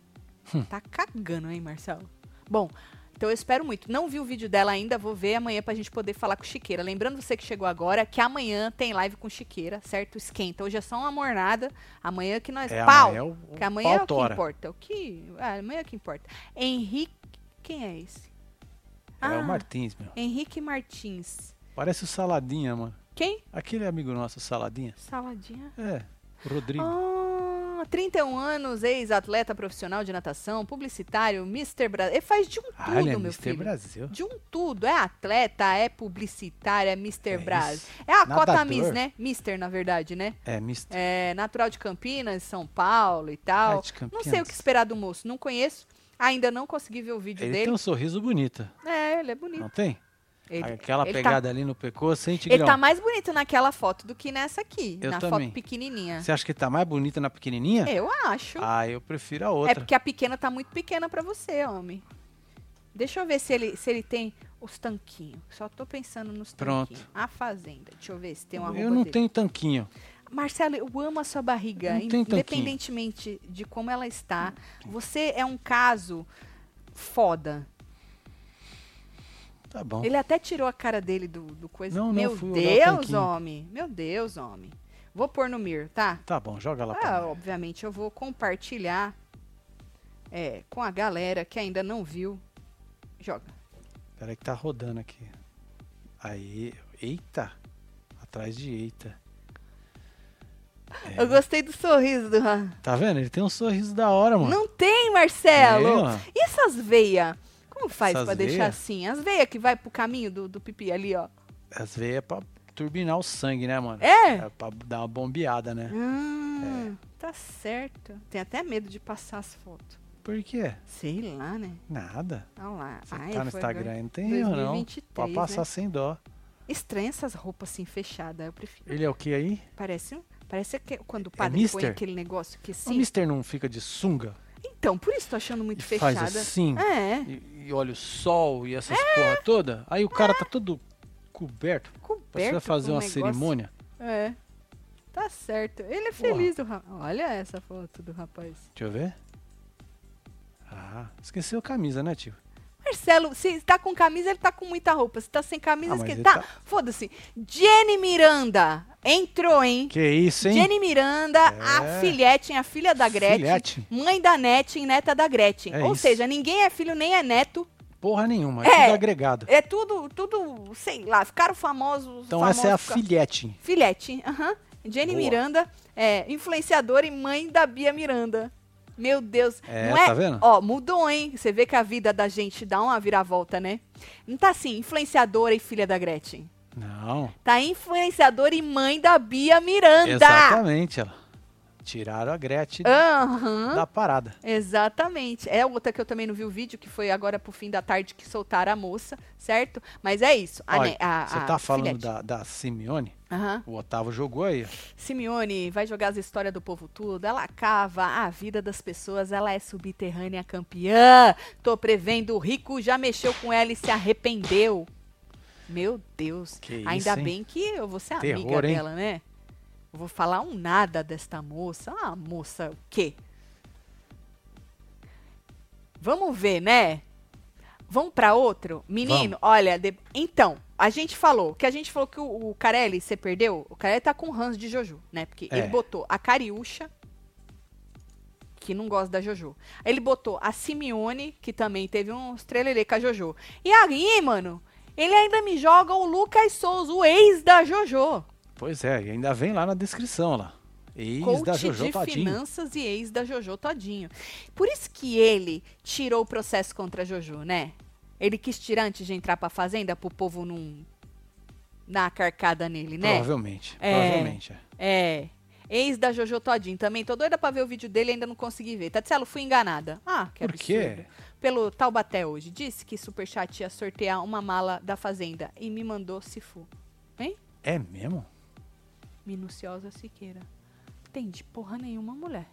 A: Tá cagando, hein, Marcelo? Bom, então eu espero muito. Não vi o vídeo dela ainda, vou ver amanhã pra gente poder falar com Chiqueira. Lembrando você que chegou agora, que amanhã tem live com Chiqueira, certo? Esquenta. Hoje é só uma mornada. Amanhã que nós.
B: É,
A: pau!
B: amanhã é o, o
A: Que amanhã é
B: pau
A: o que
B: tora.
A: importa. O que... ah, amanhã é o que importa. Henrique. Quem é esse? Ah,
B: É o Martins, meu.
A: Henrique Martins.
B: Parece o Saladinha, mano.
A: Quem?
B: Aquele amigo nosso, o Saladinha.
A: Saladinha.
B: É, o Rodrigo.
A: Ah, 31 anos, ex-atleta profissional de natação, publicitário, Mr. Brasil. Ele faz de um tudo,
B: Ah, ele é
A: meu
B: Mr.
A: filho.
B: Brasil.
A: De um tudo. É atleta, é publicitário, é Mr.
B: É
A: Brasil.
B: isso.
A: É a
B: Nadador.
A: cota Miss, né? Mister, na verdade, né?
B: É, Mr.
A: É natural de Campinas, São Paulo e tal.
B: Arte
A: É, Não
B: Campinas.
A: sei o que esperar do moço, não conheço. Ainda não consegui ver o vídeo
B: Ele tem
A: dele.
B: um sorriso bonito,
A: É, ele é bonito.
B: não tem?
A: Ele,
B: Aquela
A: ele tá-
B: pegada ali no pescoço, hein, Ah, Tigrão?
A: ele tá mais bonito naquela foto do que nessa aqui.
B: Eu
A: na
B: também.
A: foto pequenininha.
B: Você acha que ele tá mais bonito na pequenininha?
A: É, Eu acho.
B: Ah, eu prefiro a
A: é
B: outra.
A: porque a pequena tá muito pequena pra você, homem. Deixa eu ver se ele, se ele tem os tanquinhos. Só tô pensando nos
B: Pronto.
A: tanquinhos. A fazenda. Deixa eu ver se tem uma
B: eu não
A: dele.
B: tenho tanquinho.
A: Marcelo, eu amo a sua barriga.
B: Não
A: in-
B: tem tanquinho.
A: independentemente de como ela está. Você é um caso foda.
B: Tá bom.
A: Ele até tirou a cara dele do, do coisa.
B: Não, não,
A: Meu
B: fui olhar o
A: Deus,
B: tanquinho.
A: homem. Meu Deus, homem. Vou pôr no mir, tá?
B: Tá bom, joga lá pra
A: Ah,
B: mim.
A: obviamente eu vou compartilhar é, com a galera que ainda não viu. Joga.
B: Peraí que tá rodando aqui. Aí, eita. Atrás de eita. É.
A: Eu gostei do sorriso do Ra.
B: Tá vendo? Ele tem um sorriso da hora, mano.
A: Não é, tem,
B: Tem,
A: Marcelo!
B: ó.
A: e essas veias? Como faz
B: Essas
A: pra deixar
B: veia?
A: assim? As veias que vai pro caminho do, do pipi ali, ó.
B: Às vezes é pra turbinar o sangue, né, mano?
A: É?
B: É pra dar uma bombeada, né?
A: Ah, tá certo. Tem até medo de passar as fotos.
B: Por quê?
A: Sei lá, né?
B: Nada.
A: Olha lá.
B: Você
A: Ai,
B: tá no
A: foi
B: Instagram,
A: agora.
B: aí, não tem erro, não.
A: 2023,
B: Pra passar
A: né?
B: sem dó.
A: Estranha essas roupas assim fechadas. Eu prefiro.
B: Ele é o que aí?
A: Parece, um- parece que quando o padre põe
B: É mister?
A: aquele negócio que
B: O
A: sim.
B: Mister não fica de sunga
A: Então, por isso tô achando muito
B: e
A: fechada.
B: faz assim
A: É,
B: e, e olha o sol e essas porra toda? Aí o cara tá todo coberto.
A: coberto.
B: Você vai fazer
A: com
B: uma
A: negócio.
B: cerimônia?
A: É. Tá certo. Ele é
B: Porra.
A: feliz do rapaz. Olha essa foto do rapaz.
B: Deixa eu ver. Ah, esqueceu a camisa, né, tio?
A: Marcelo, se está com camisa, ele está com muita roupa. Se está sem camisa,
B: Ah, mas
A: esquece.
B: ele
A: Tá,
B: tá-
A: foda-se. Jenny Miranda entrou, hein?
B: Que isso, hein?
A: Jenny Miranda, a filhetinha, a filha da Gretchen.
B: É. Filhete?
A: Mãe da Netin, neta da Gretchen.
B: É
A: Ou
B: isso.
A: seja, ninguém é filho nem é neto.
B: Porra nenhuma, é
A: É.
B: tudo agregado.
A: É tudo, tudo, sei lá, ficaram famosos.
B: Então
A: famosos
B: essa é a
A: fica-
B: filhete.
A: Filhete, aham. Jenny
B: Boa.
A: Miranda, é, influenciadora e mãe da Bia Miranda. Meu Deus.
B: É,
A: não é,
B: tá vendo?
A: Ó, mudou, hein? Você vê que a vida da gente dá uma viravolta, né? Não tá assim, influenciadora e filha da Gretchen.
B: Não,
A: Tá influenciadora e mãe da Bia Miranda.
B: exatamente. Ela. Tiraram a Gretchen
A: Aham.
B: da parada.
A: Exatamente. É outra que eu também não vi o vídeo, que foi agora pro fim da tarde que soltaram a moça, certo? Mas é isso. A
B: Olha,
A: ne- a-
B: Você
A: a
B: tá falando
A: filhete.
B: da, da Simeone?
A: Aham.
B: O Otávio jogou aí. ó.
A: Simeone vai jogar as histórias do povo tudo, ela cava a vida das pessoas, ela é subterrânea campeã. Tô prevendo, o rico já mexeu com ela e se arrependeu. Meu Deus.
B: Que
A: Ainda
B: isso, hein?
A: bem que eu vou ser
B: Terror,
A: amiga
B: hein?
A: dela, né? Eu vou falar um nada desta moça. Ah, moça, o quê? Vamos ver, né? Vamos pra outro? Menino, olha, de- então, a gente falou, que a gente falou que o, o Carelli, você perdeu, o Carelli tá com ranço de Jojo, né? Porque
B: É.
A: ele botou a Cariúcha, que não gosta da Jojo. Ele botou a Simeone, que também teve uns trelelê com a Jojo. E aí, mano, ele ainda me joga o Lucas Souza, o ex da Jojo.
B: Pois é, e ainda vem lá na descrição lá. Ex
A: Coach
B: da Jojo
A: de
B: Todinho.
A: finanças e ex da Jojo Todinho. Por isso que ele tirou o processo contra a Jojo, né? Ele quis tirar antes de entrar pra fazenda pro povo não dar uma carcada nele, né?
B: Provavelmente.
A: É.
B: Provavelmente. é.
A: É. Ex da Jojo Todinho também. Tô doida pra ver o vídeo dele, ainda não consegui ver. Tatselo, fui enganada. Ah, que
B: Por
A: absurdo.
B: quê?
A: Pelo Taubaté hoje. Disse que Superchat ia sortear uma mala da fazenda e me mandou se for. Hein?
B: É mesmo?
A: Minuciosa Siqueira. Entendi porra nenhuma mulher.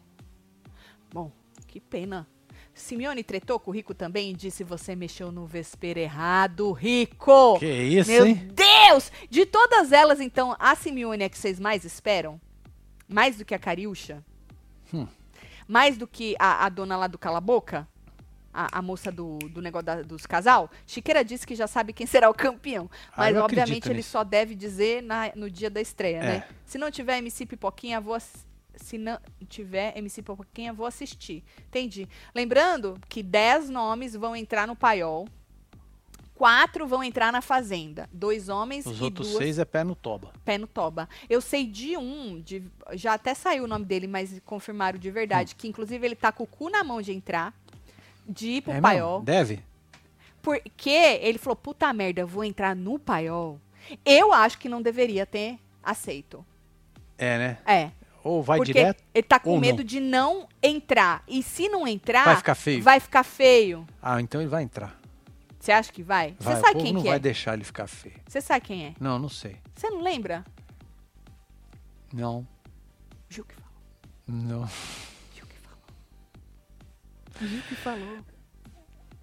A: Bom, que pena. Simeone tretou com o Rico também e disse: Você mexeu no vespeiro errado, Rico!
B: Que isso,
A: Meu
B: hein?
A: Deus! De todas elas, então, a Simeone é que vocês mais esperam? Mais do que a Cariúcha?
B: Hum.
A: Mais do que a, a dona lá do Cala Boca? A, a moça do, do negócio da- dos casal? Chiqueira disse que já sabe quem será o campeão.
B: Ah,
A: Mas,
B: eu acredito
A: obviamente, ele
B: nisso.
A: só deve dizer na- no dia da estreia, né?
B: É.
A: Se não tiver MC Pipoquinha, vou... ass- Se não tiver MC Pipoquinha, vou assistir. Entendi. Lembrando que 10 nomes vão entrar no paiol. Quatro vão entrar na fazenda. Dois homens
B: Os
A: e
B: outros
A: duas
B: seis é pé no toba.
A: pé no toba. Eu sei de um, de- já até saiu o nome dele, mas confirmaram de
B: Hum.
A: verdade, que inclusive ele tá com o cu na mão de entrar, de ir pro
B: é mesmo?
A: paiol.
B: Deve?
A: Porque ele falou, puta merda, eu vou entrar no paiol. Eu acho que não deveria ter aceito.
B: É, né?
A: É,
B: Ou vai
A: porque
B: direto,
A: ele tá com
B: ou
A: medo
B: não?
A: de não entrar. E se não entrar,
B: vai ficar feio.
A: vai ficar feio.
B: Ah, então ele vai entrar.
A: Você acha que vai?
B: Vai,
A: Você
B: o
A: sabe
B: povo
A: quem
B: não
A: que
B: vai
A: é?
B: deixar ele ficar feio.
A: Você sabe quem é?
B: Não, não sei.
A: Você não lembra?
B: Não,
A: Ju que falou.
B: não.
A: Ju que falou. Ju que falou.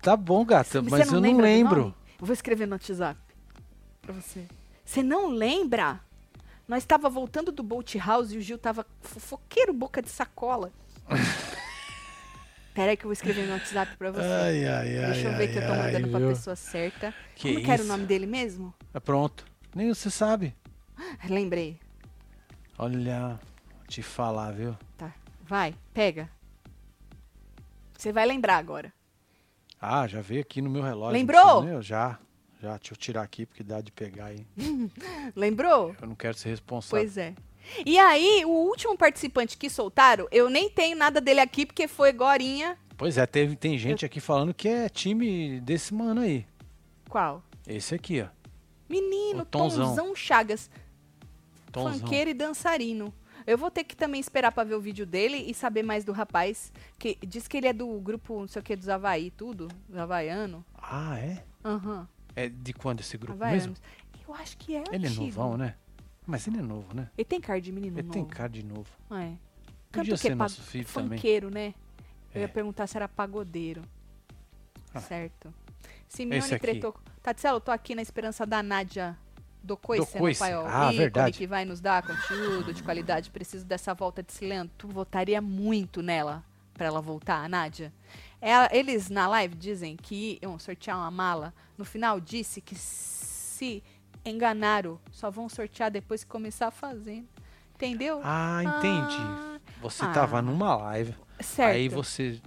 B: Tá bom, gata,
A: Você
B: mas eu não
A: lembra do
B: lembro.
A: nome? Eu vou escrever no WhatsApp pra você. Você não lembra? Nós estava voltando do Bolt House e o Gil tava fofoqueiro boca de sacola. Peraí que eu vou escrever no WhatsApp pra você.
B: Ai, ai, ai.
A: Deixa eu ver
B: ai,
A: que eu tô
B: ai,
A: mandando pra
B: viu?
A: pessoa certa.
B: Que
A: Como que era o
B: isso?
A: nome dele mesmo?
B: É Pronto. Nem você sabe.
A: Ah, Lembrei.
B: Olha, vou te falar, viu?
A: Tá. Vai, pega. Você vai lembrar agora.
B: Ah, já veio aqui no meu relógio.
A: Lembrou?
B: Meu, já. Já, deixa eu tirar aqui porque dá de pegar aí.
A: Lembrou?
B: Eu não quero ser responsável.
A: Pois é. E aí, o último participante que soltaram, eu nem tenho nada dele aqui, porque foi gorinha.
B: Pois, é, teve, tem gente aqui falando que é time desse mano aí.
A: Qual?
B: Esse aqui, ó.
A: Menino,
B: O Tonzão.
A: Tonzão Chagas,
B: Tonzão.
A: funkeiro e dançarino. Eu vou ter que também esperar pra ver o vídeo dele e saber mais do rapaz, que diz que ele é do grupo, não sei o que, dos Havaí, tudo, do Havaiano.
B: Ah, é?
A: Aham,
B: É de quando esse grupo mesmo?
A: Havaianos. Eu acho que é
B: Ele é
A: antigo.
B: novão, né? Mas ele é novo, né?
A: Ele tem cara de menino
B: Ele
A: novo.
B: tem cara de novo.
A: Ah, É.
B: Podia
A: Canta o quê?
B: ser
A: Pa-
B: nosso filho também.
A: Funkeiro, né? Eu
B: É.
A: ia perguntar se era pagodeiro.
B: Ah.
A: Certo. Simeone
B: Esse aqui.
A: tretou... Tatselo, eu tô aqui na esperança da Nádia do Coice,
B: Coice.
A: Rafael.
B: Ah,
A: ícone
B: verdade.
A: que vai nos dar conteúdo de qualidade. Preciso dessa volta de Sileno. Tu votaria muito nela pra ela voltar, a Nádia. É, eles na live dizem que iam sortear uma mala. No final disse que se enganaram, só vão sortear depois que começar a fazer. Entendeu?
B: Ah, entendi. Você
A: Ah.
B: tava numa live,
A: certo.
B: aí você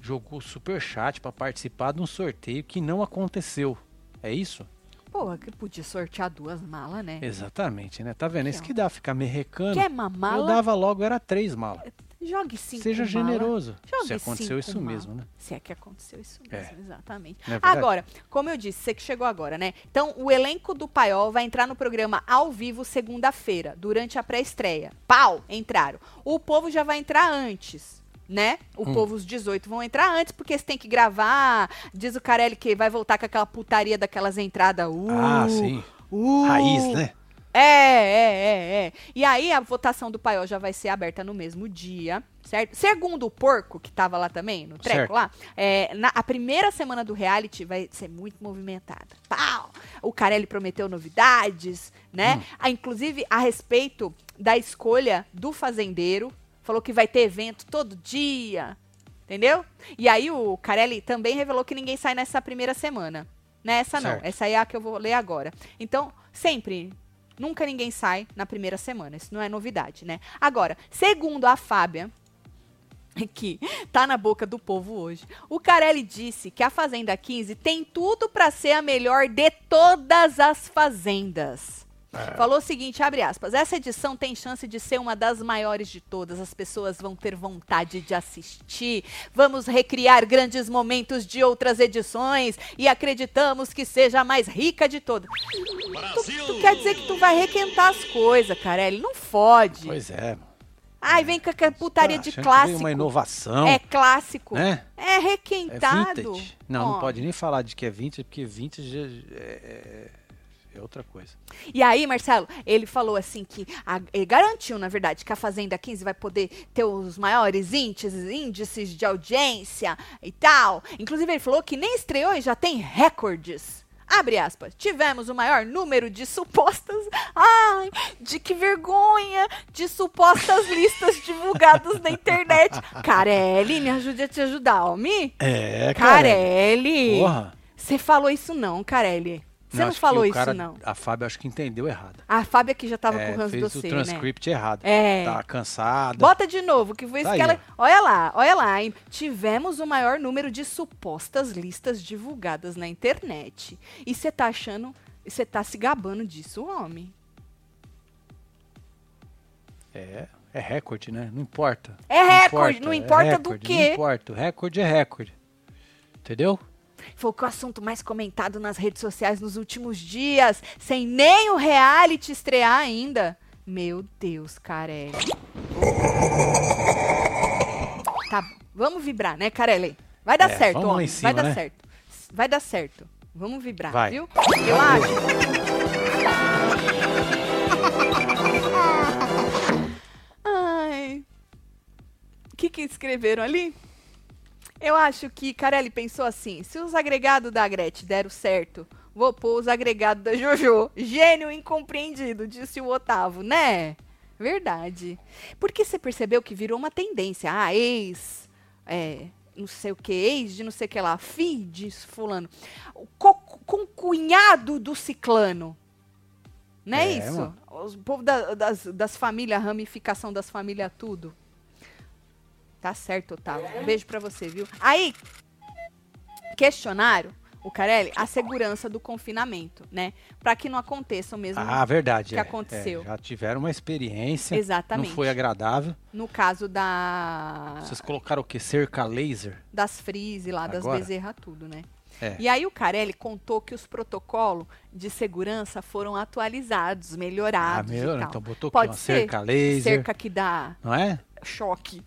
B: jogou super chat para participar de um sorteio que não aconteceu. É isso?
A: Porra, que podia sortear duas malas, né?
B: Exatamente, né? Tá vendo?
A: Aqui,
B: Isso
A: ó.
B: que dá ficar merrecando.
A: Quer uma
B: Eu
A: mala?
B: dava logo, era três malas.
A: Jogue cinco
B: Seja
A: malas.
B: generoso.
A: Jogue
B: Se aconteceu
A: cinco
B: isso
A: malas.
B: mesmo, né?
A: Se é que aconteceu isso
B: É.
A: mesmo, exatamente.
B: Não é verdade?
A: Agora, como eu disse, você que chegou agora, né? Então, o elenco do Paiol vai entrar no programa ao vivo segunda-feira, durante a pré-estreia. Pau! Entraram. O povo já vai entrar antes. Né? O
B: Hum.
A: povo, os 18, vão entrar antes, porque eles têm que gravar. Diz o Carelli que vai voltar com aquela putaria daquelas entradas. Uh,
B: ah, sim.
A: uh.
B: Raiz, né?
A: É, é, é, é. E aí a votação do paiol já vai ser aberta no mesmo dia, certo? Segundo o porco, que tava lá também, no treco
B: Certo.
A: lá, é, na, a primeira semana do reality vai ser muito movimentada. Pau! O Carelli prometeu novidades, né? Ah, inclusive, a respeito da escolha do fazendeiro, falou que vai ter evento todo dia, entendeu? E aí o Carelli também revelou que ninguém sai nessa primeira semana. Nessa não,
B: Certo.
A: essa aí é a que eu vou ler agora. Então, sempre, nunca ninguém sai na primeira semana, isso não é novidade, né? Agora, segundo a Fábia, que tá na boca do povo hoje, o Carelli disse que a Fazenda 15 tem tudo pra ser a melhor de todas as fazendas. Falou o seguinte, abre aspas, essa edição tem chance de ser uma das maiores de todas. As pessoas vão ter vontade de assistir. Vamos recriar grandes momentos de outras edições e acreditamos que seja a mais rica de todas. Tu, tu quer dizer que tu vai requentar as coisas, Carelli? Não fode.
B: Pois é. mano.
A: Ai, vem com a É putaria
B: Tá
A: de
B: achando que veio
A: clássico.
B: uma inovação,
A: É clássico.
B: né?
A: É
B: É
A: requentado.
B: vintage. Não,
A: Ó,
B: não pode nem falar de que é vintage, porque vintage é, é- é outra coisa.
A: E aí, Marcelo, ele falou assim que. a- ele garantiu, na verdade, que a Fazenda 15 vai poder ter os maiores índices, índices de audiência e tal. Inclusive, ele falou que nem estreou e já tem recordes. Abre aspas. Tivemos o maior número de supostas. Ai, de que vergonha! De supostas listas divulgadas na internet. Carelli, me ajude a te ajudar, Almi.
B: É,
A: Carelli!
B: Porra.
A: Você falou isso não, Carelli. Você não,
B: acho que
A: falou
B: o
A: isso,
B: cara-
A: não.
B: A Fábio acho que entendeu errado.
A: A Fábia que já tava
B: É,
A: com o ranço
B: fez
A: do C,
B: o
A: né?
B: transcript errado.
A: É.
B: Tá cansada.
A: Bota de novo, que foi isso
B: Tá
A: que
B: aí,
A: ela. Olha lá, olha lá, hein? Tivemos o maior número de supostas listas divulgadas na internet. E você tá achando. Você tá se gabando disso, homem.
B: É, é recorde, né? Não importa.
A: É recorde, não importa do
B: recorde,
A: quê.
B: Não importa, o recorde é recorde. Entendeu?
A: Foi o assunto mais comentado nas redes sociais nos últimos dias, sem nem o reality estrear ainda. Meu Deus, Carelli. Tá, bom. vamos vibrar, né, Carelli? Vai dar
B: É,
A: certo,
B: vamos lá
A: homem.
B: em cima,
A: Vai dar
B: né?
A: certo. Vai dar certo. Vamos vibrar,
B: Vai.
A: viu? Eu acho. Ai. O que, que escreveram ali? Eu acho que Carelli pensou assim: se os agregados da Gretchen deram certo, vou pôr os agregados da JoJo. Gênio incompreendido, disse o Otávio, né? Verdade. Porque você percebeu que virou uma tendência. Ah, ex. É, não sei o que, ex de não sei o que lá. Fi de fulano. O co- com cunhado do ciclano. Não é,
B: É,
A: isso?
B: mano.
A: Os povo da- das, das famílias, ramificação das famílias, tudo. Tá certo, Otávio. Beijo pra você, viu? Aí, questionaram o Carelli a segurança do confinamento, né? Pra que não aconteça o mesmo
B: Ah, verdade.
A: que
B: é, é,
A: aconteceu.
B: já tiveram uma experiência.
A: Exatamente. Ah.
B: Não foi agradável.
A: no caso da
B: Vocês colocaram o quê? Cerca laser?
A: das frise lá, das
B: Agora?
A: bezerra tudo, né?
B: É.
A: E aí o Carelli contou que os protocolos de segurança foram atualizados,
B: Ah,
A: melhorados
B: meu,
A: e tal.
B: então botou aqui
A: Pode
B: uma
A: ser.
B: cerca laser.
A: Cerca que dá
B: Não é?
A: choque,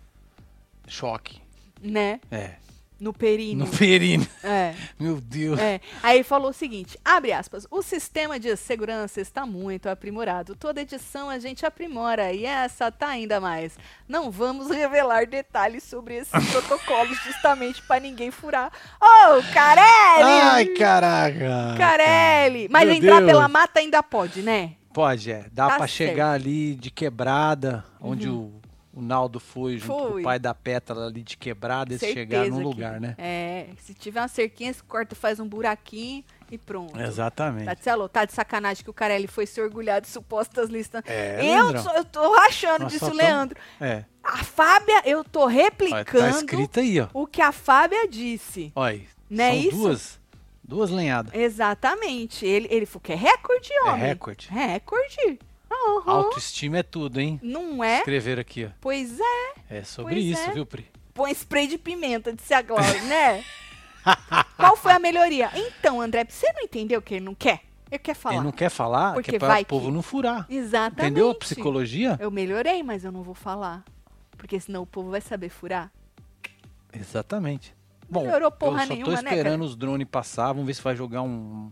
B: Choque.
A: né?
B: É.
A: No períneo.
B: No perino.
A: É.
B: Meu Deus.
A: É, aí ele falou o seguinte, abre aspas, o sistema de segurança está muito aprimorado, toda edição a gente aprimora e essa tá ainda mais. Não vamos revelar detalhes sobre esses protocolos justamente para ninguém furar. Ô, oh,
B: Ai,
A: Carelli!
B: caraca.
A: Carelli! Mas
B: Ah, Meu
A: entrar
B: Deus.
A: pela mata ainda pode, né?
B: Pode, é. Dá
A: Tá Uhum.
B: pra chegar ali de quebrada, onde o, o o Naldo foi junto com
A: Foi.
B: o pai da pétala ali de quebrada e
A: Certeza
B: chegar num
A: que-
B: lugar, né?
A: É, se tiver uma cerquinha, você corta, faz um buraquinho e pronto.
B: Exatamente.
A: Tatielo, tá de sacanagem que o Carelli foi se orgulhar de supostas listas.
B: É,
A: eu,
B: Leandrão.
A: sou- eu tô rachando
B: Nós
A: disso,
B: só tamo
A: Leandro.
B: É.
A: A Fábia, eu tô
B: Ó,
A: replicando
B: tá escrito aí, ó.
A: o que a Fábia disse.
B: Ó, aí,
A: Não é
B: são
A: isso?
B: duas, duas lenhadas.
A: Exatamente. Ele, ele falou que é recorde,
B: É
A: homem.
B: recorde.
A: recorde. Aham.
B: Autoestima é tudo, hein?
A: Não é?
B: Escreveram aqui, ó.
A: Pois é.
B: É sobre
A: Pois
B: isso,
A: é.
B: viu, Pri?
A: Põe spray de pimenta, disse a Glória, né? Qual foi a melhoria? Então, André, você não entendeu que ele não quer? Ele quer falar.
B: Ele não quer falar,
A: Porque
B: que é pra
A: vai
B: o povo
A: que-
B: não furar.
A: Exatamente.
B: Entendeu a psicologia?
A: Eu melhorei, mas eu não vou falar. Porque senão o povo vai saber furar.
B: Exatamente. Bom,
A: Melhorou porra
B: eu só
A: nenhuma,
B: tô
A: né,
B: esperando
A: cara?
B: os drones passar, vamos ver se vai jogar um...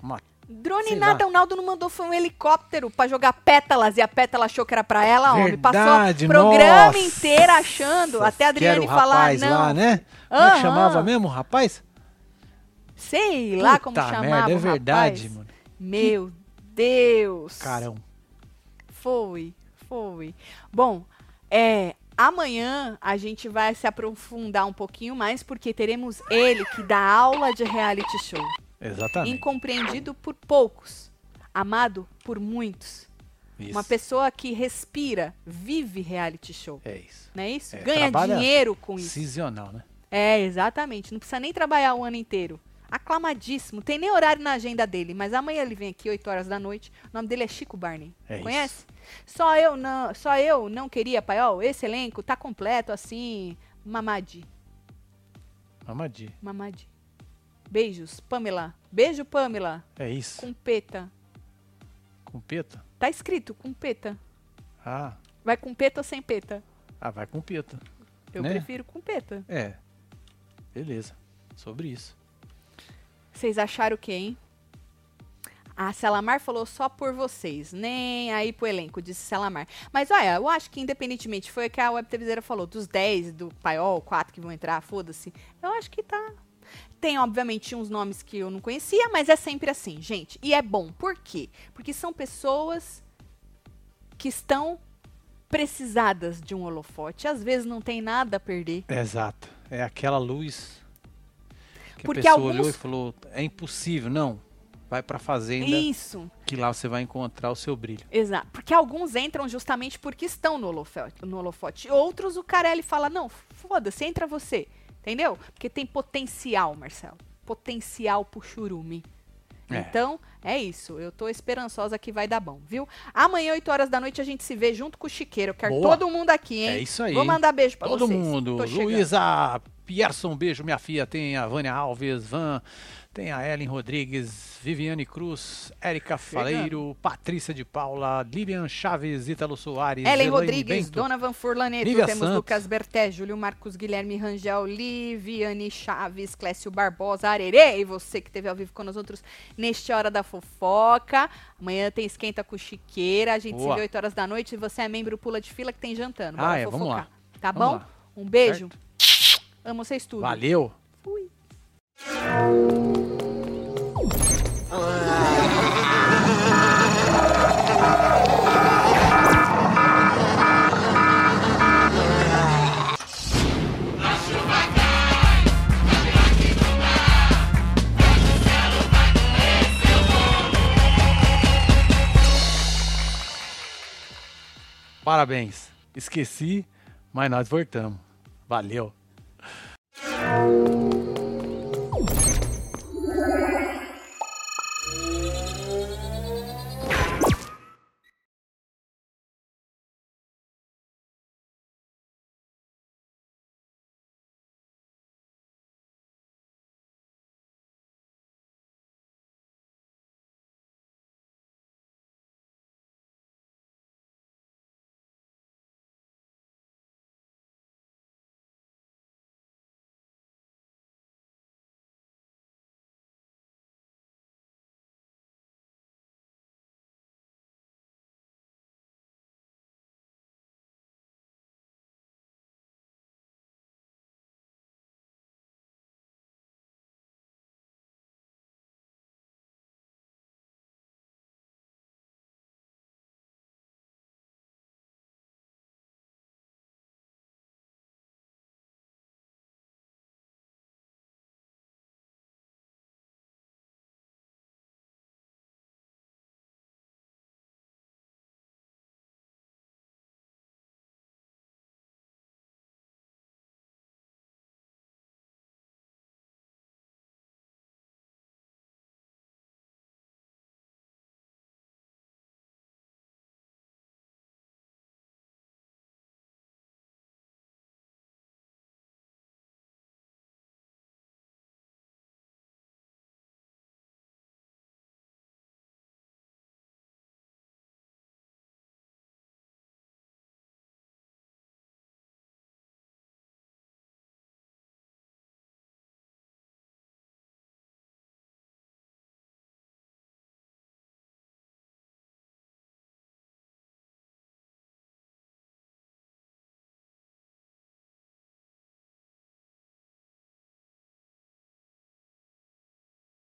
B: Uma...
A: Drone
B: Sei
A: nada, o Naldo não mandou, foi um helicóptero pra jogar pétalas e a pétala achou que era pra ela, homem. Passou
B: Verdade,
A: o programa
B: nossa.
A: inteiro achando, até a
B: Que era
A: Adriane
B: o
A: falar,
B: rapaz
A: não.
B: lá, né? Como é que
A: Aham.
B: chamava mesmo o rapaz?
A: Sei lá como
B: Puta
A: chamava
B: merda, é
A: o
B: verdade,
A: rapaz.
B: mano.
A: Meu Deus.
B: Carão.
A: Foi, foi. Bom, é, amanhã a gente vai se aprofundar um pouquinho mais, porque teremos ele que dá aula de reality show.
B: Exatamente.
A: Incompreendido por poucos, amado por muitos.
B: Isso.
A: Uma pessoa que respira, vive reality show.
B: É isso.
A: Não é isso?
B: É,
A: Ganha
B: trabalha
A: dinheiro com isso.
B: Cisional, né?
A: É, exatamente. Não precisa nem trabalhar o ano inteiro. Aclamadíssimo. Tem nem horário na agenda dele, mas amanhã ele vem aqui, 8 horas da noite. O nome dele é Chico Barney.
B: É isso.
A: Conhece? Só eu não, só eu não queria, paiol. Esse elenco tá completo assim, mamadi,
B: Mamadi.
A: mamadi. Beijos, Pamela. Beijo, Pamela.
B: É isso.
A: Com peta.
B: Com peta?
A: Tá escrito com peta.
B: Ah,
A: Vai com peta ou sem peta?
B: ah vai com peta.
A: Eu
B: Né?
A: prefiro com peta.
B: É. Beleza. Sobre isso.
A: Vocês acharam o quê, hein? A Selamar falou só por vocês, nem aí pro elenco, disse Selamar. Mas olha, eu acho que independentemente, foi o que a Web TVzeira falou, dos 10 do Paiol, 4 que vão entrar, foda-se. Eu acho que tá. Tem, obviamente, uns nomes que eu não conhecia, mas é sempre assim, gente. E é bom. Por quê? Porque são pessoas que estão precisadas de um holofote. Às vezes não tem nada a perder.
B: Exato. É aquela luz que
A: Porque
B: a pessoa
A: alguns-
B: olhou e falou: é impossível, não. Vai pra fazenda
A: Isso.
B: que lá você vai encontrar o seu brilho.
A: Exato. Porque alguns entram justamente porque estão no holofote. No holofote. Outros, o Carelli fala, não, foda-se, entra você. Entendeu? Porque tem potencial, Marcelo. Potencial pro churume.
B: É.
A: Então, é isso. Eu tô esperançosa que vai dar bom, viu? Amanhã, 8 horas da noite, a gente se vê junto com o Chiqueiro. Eu quero
B: Boa.
A: todo mundo aqui, hein?
B: É isso aí,
A: Vou
B: hein?
A: mandar beijo pra
B: Todo
A: vocês.
B: mundo.
A: Tô chegando.
B: Luísa Pierson, beijo, minha filha. Tem a Vânia Alves, Van. Tem a Ellen Rodrigues, Viviane Cruz, Érica
A: Chegando.
B: Faleiro, Patrícia de Paula, Lilian Chaves, Ítalo Soares,
A: Ellen
B: Elaine
A: Rodrigues,
B: Bento.
A: Donovan Furlaneto,
B: Lívia
A: temos
B: Santos.
A: Lucas Berté, Júlio Marcos, Guilherme Rangel, Liviane Chaves, Clécio Barbosa, Arerê, e você que teve ao vivo com nós outros neste Hora da Fofoca. Amanhã tem Esquenta com Chiqueira, a gente se
B: Boa.
A: vê 8 horas da noite, e você é membro Pula de Fila que tem jantando.
B: Ah, é, vamos lá.
A: Tá
B: Vamos
A: bom?
B: lá.
A: Um beijo. Amo vocês tudo.
B: Valeu.
A: Fui.
B: Parabéns. Esqueci, mas nós voltamos. Valeu.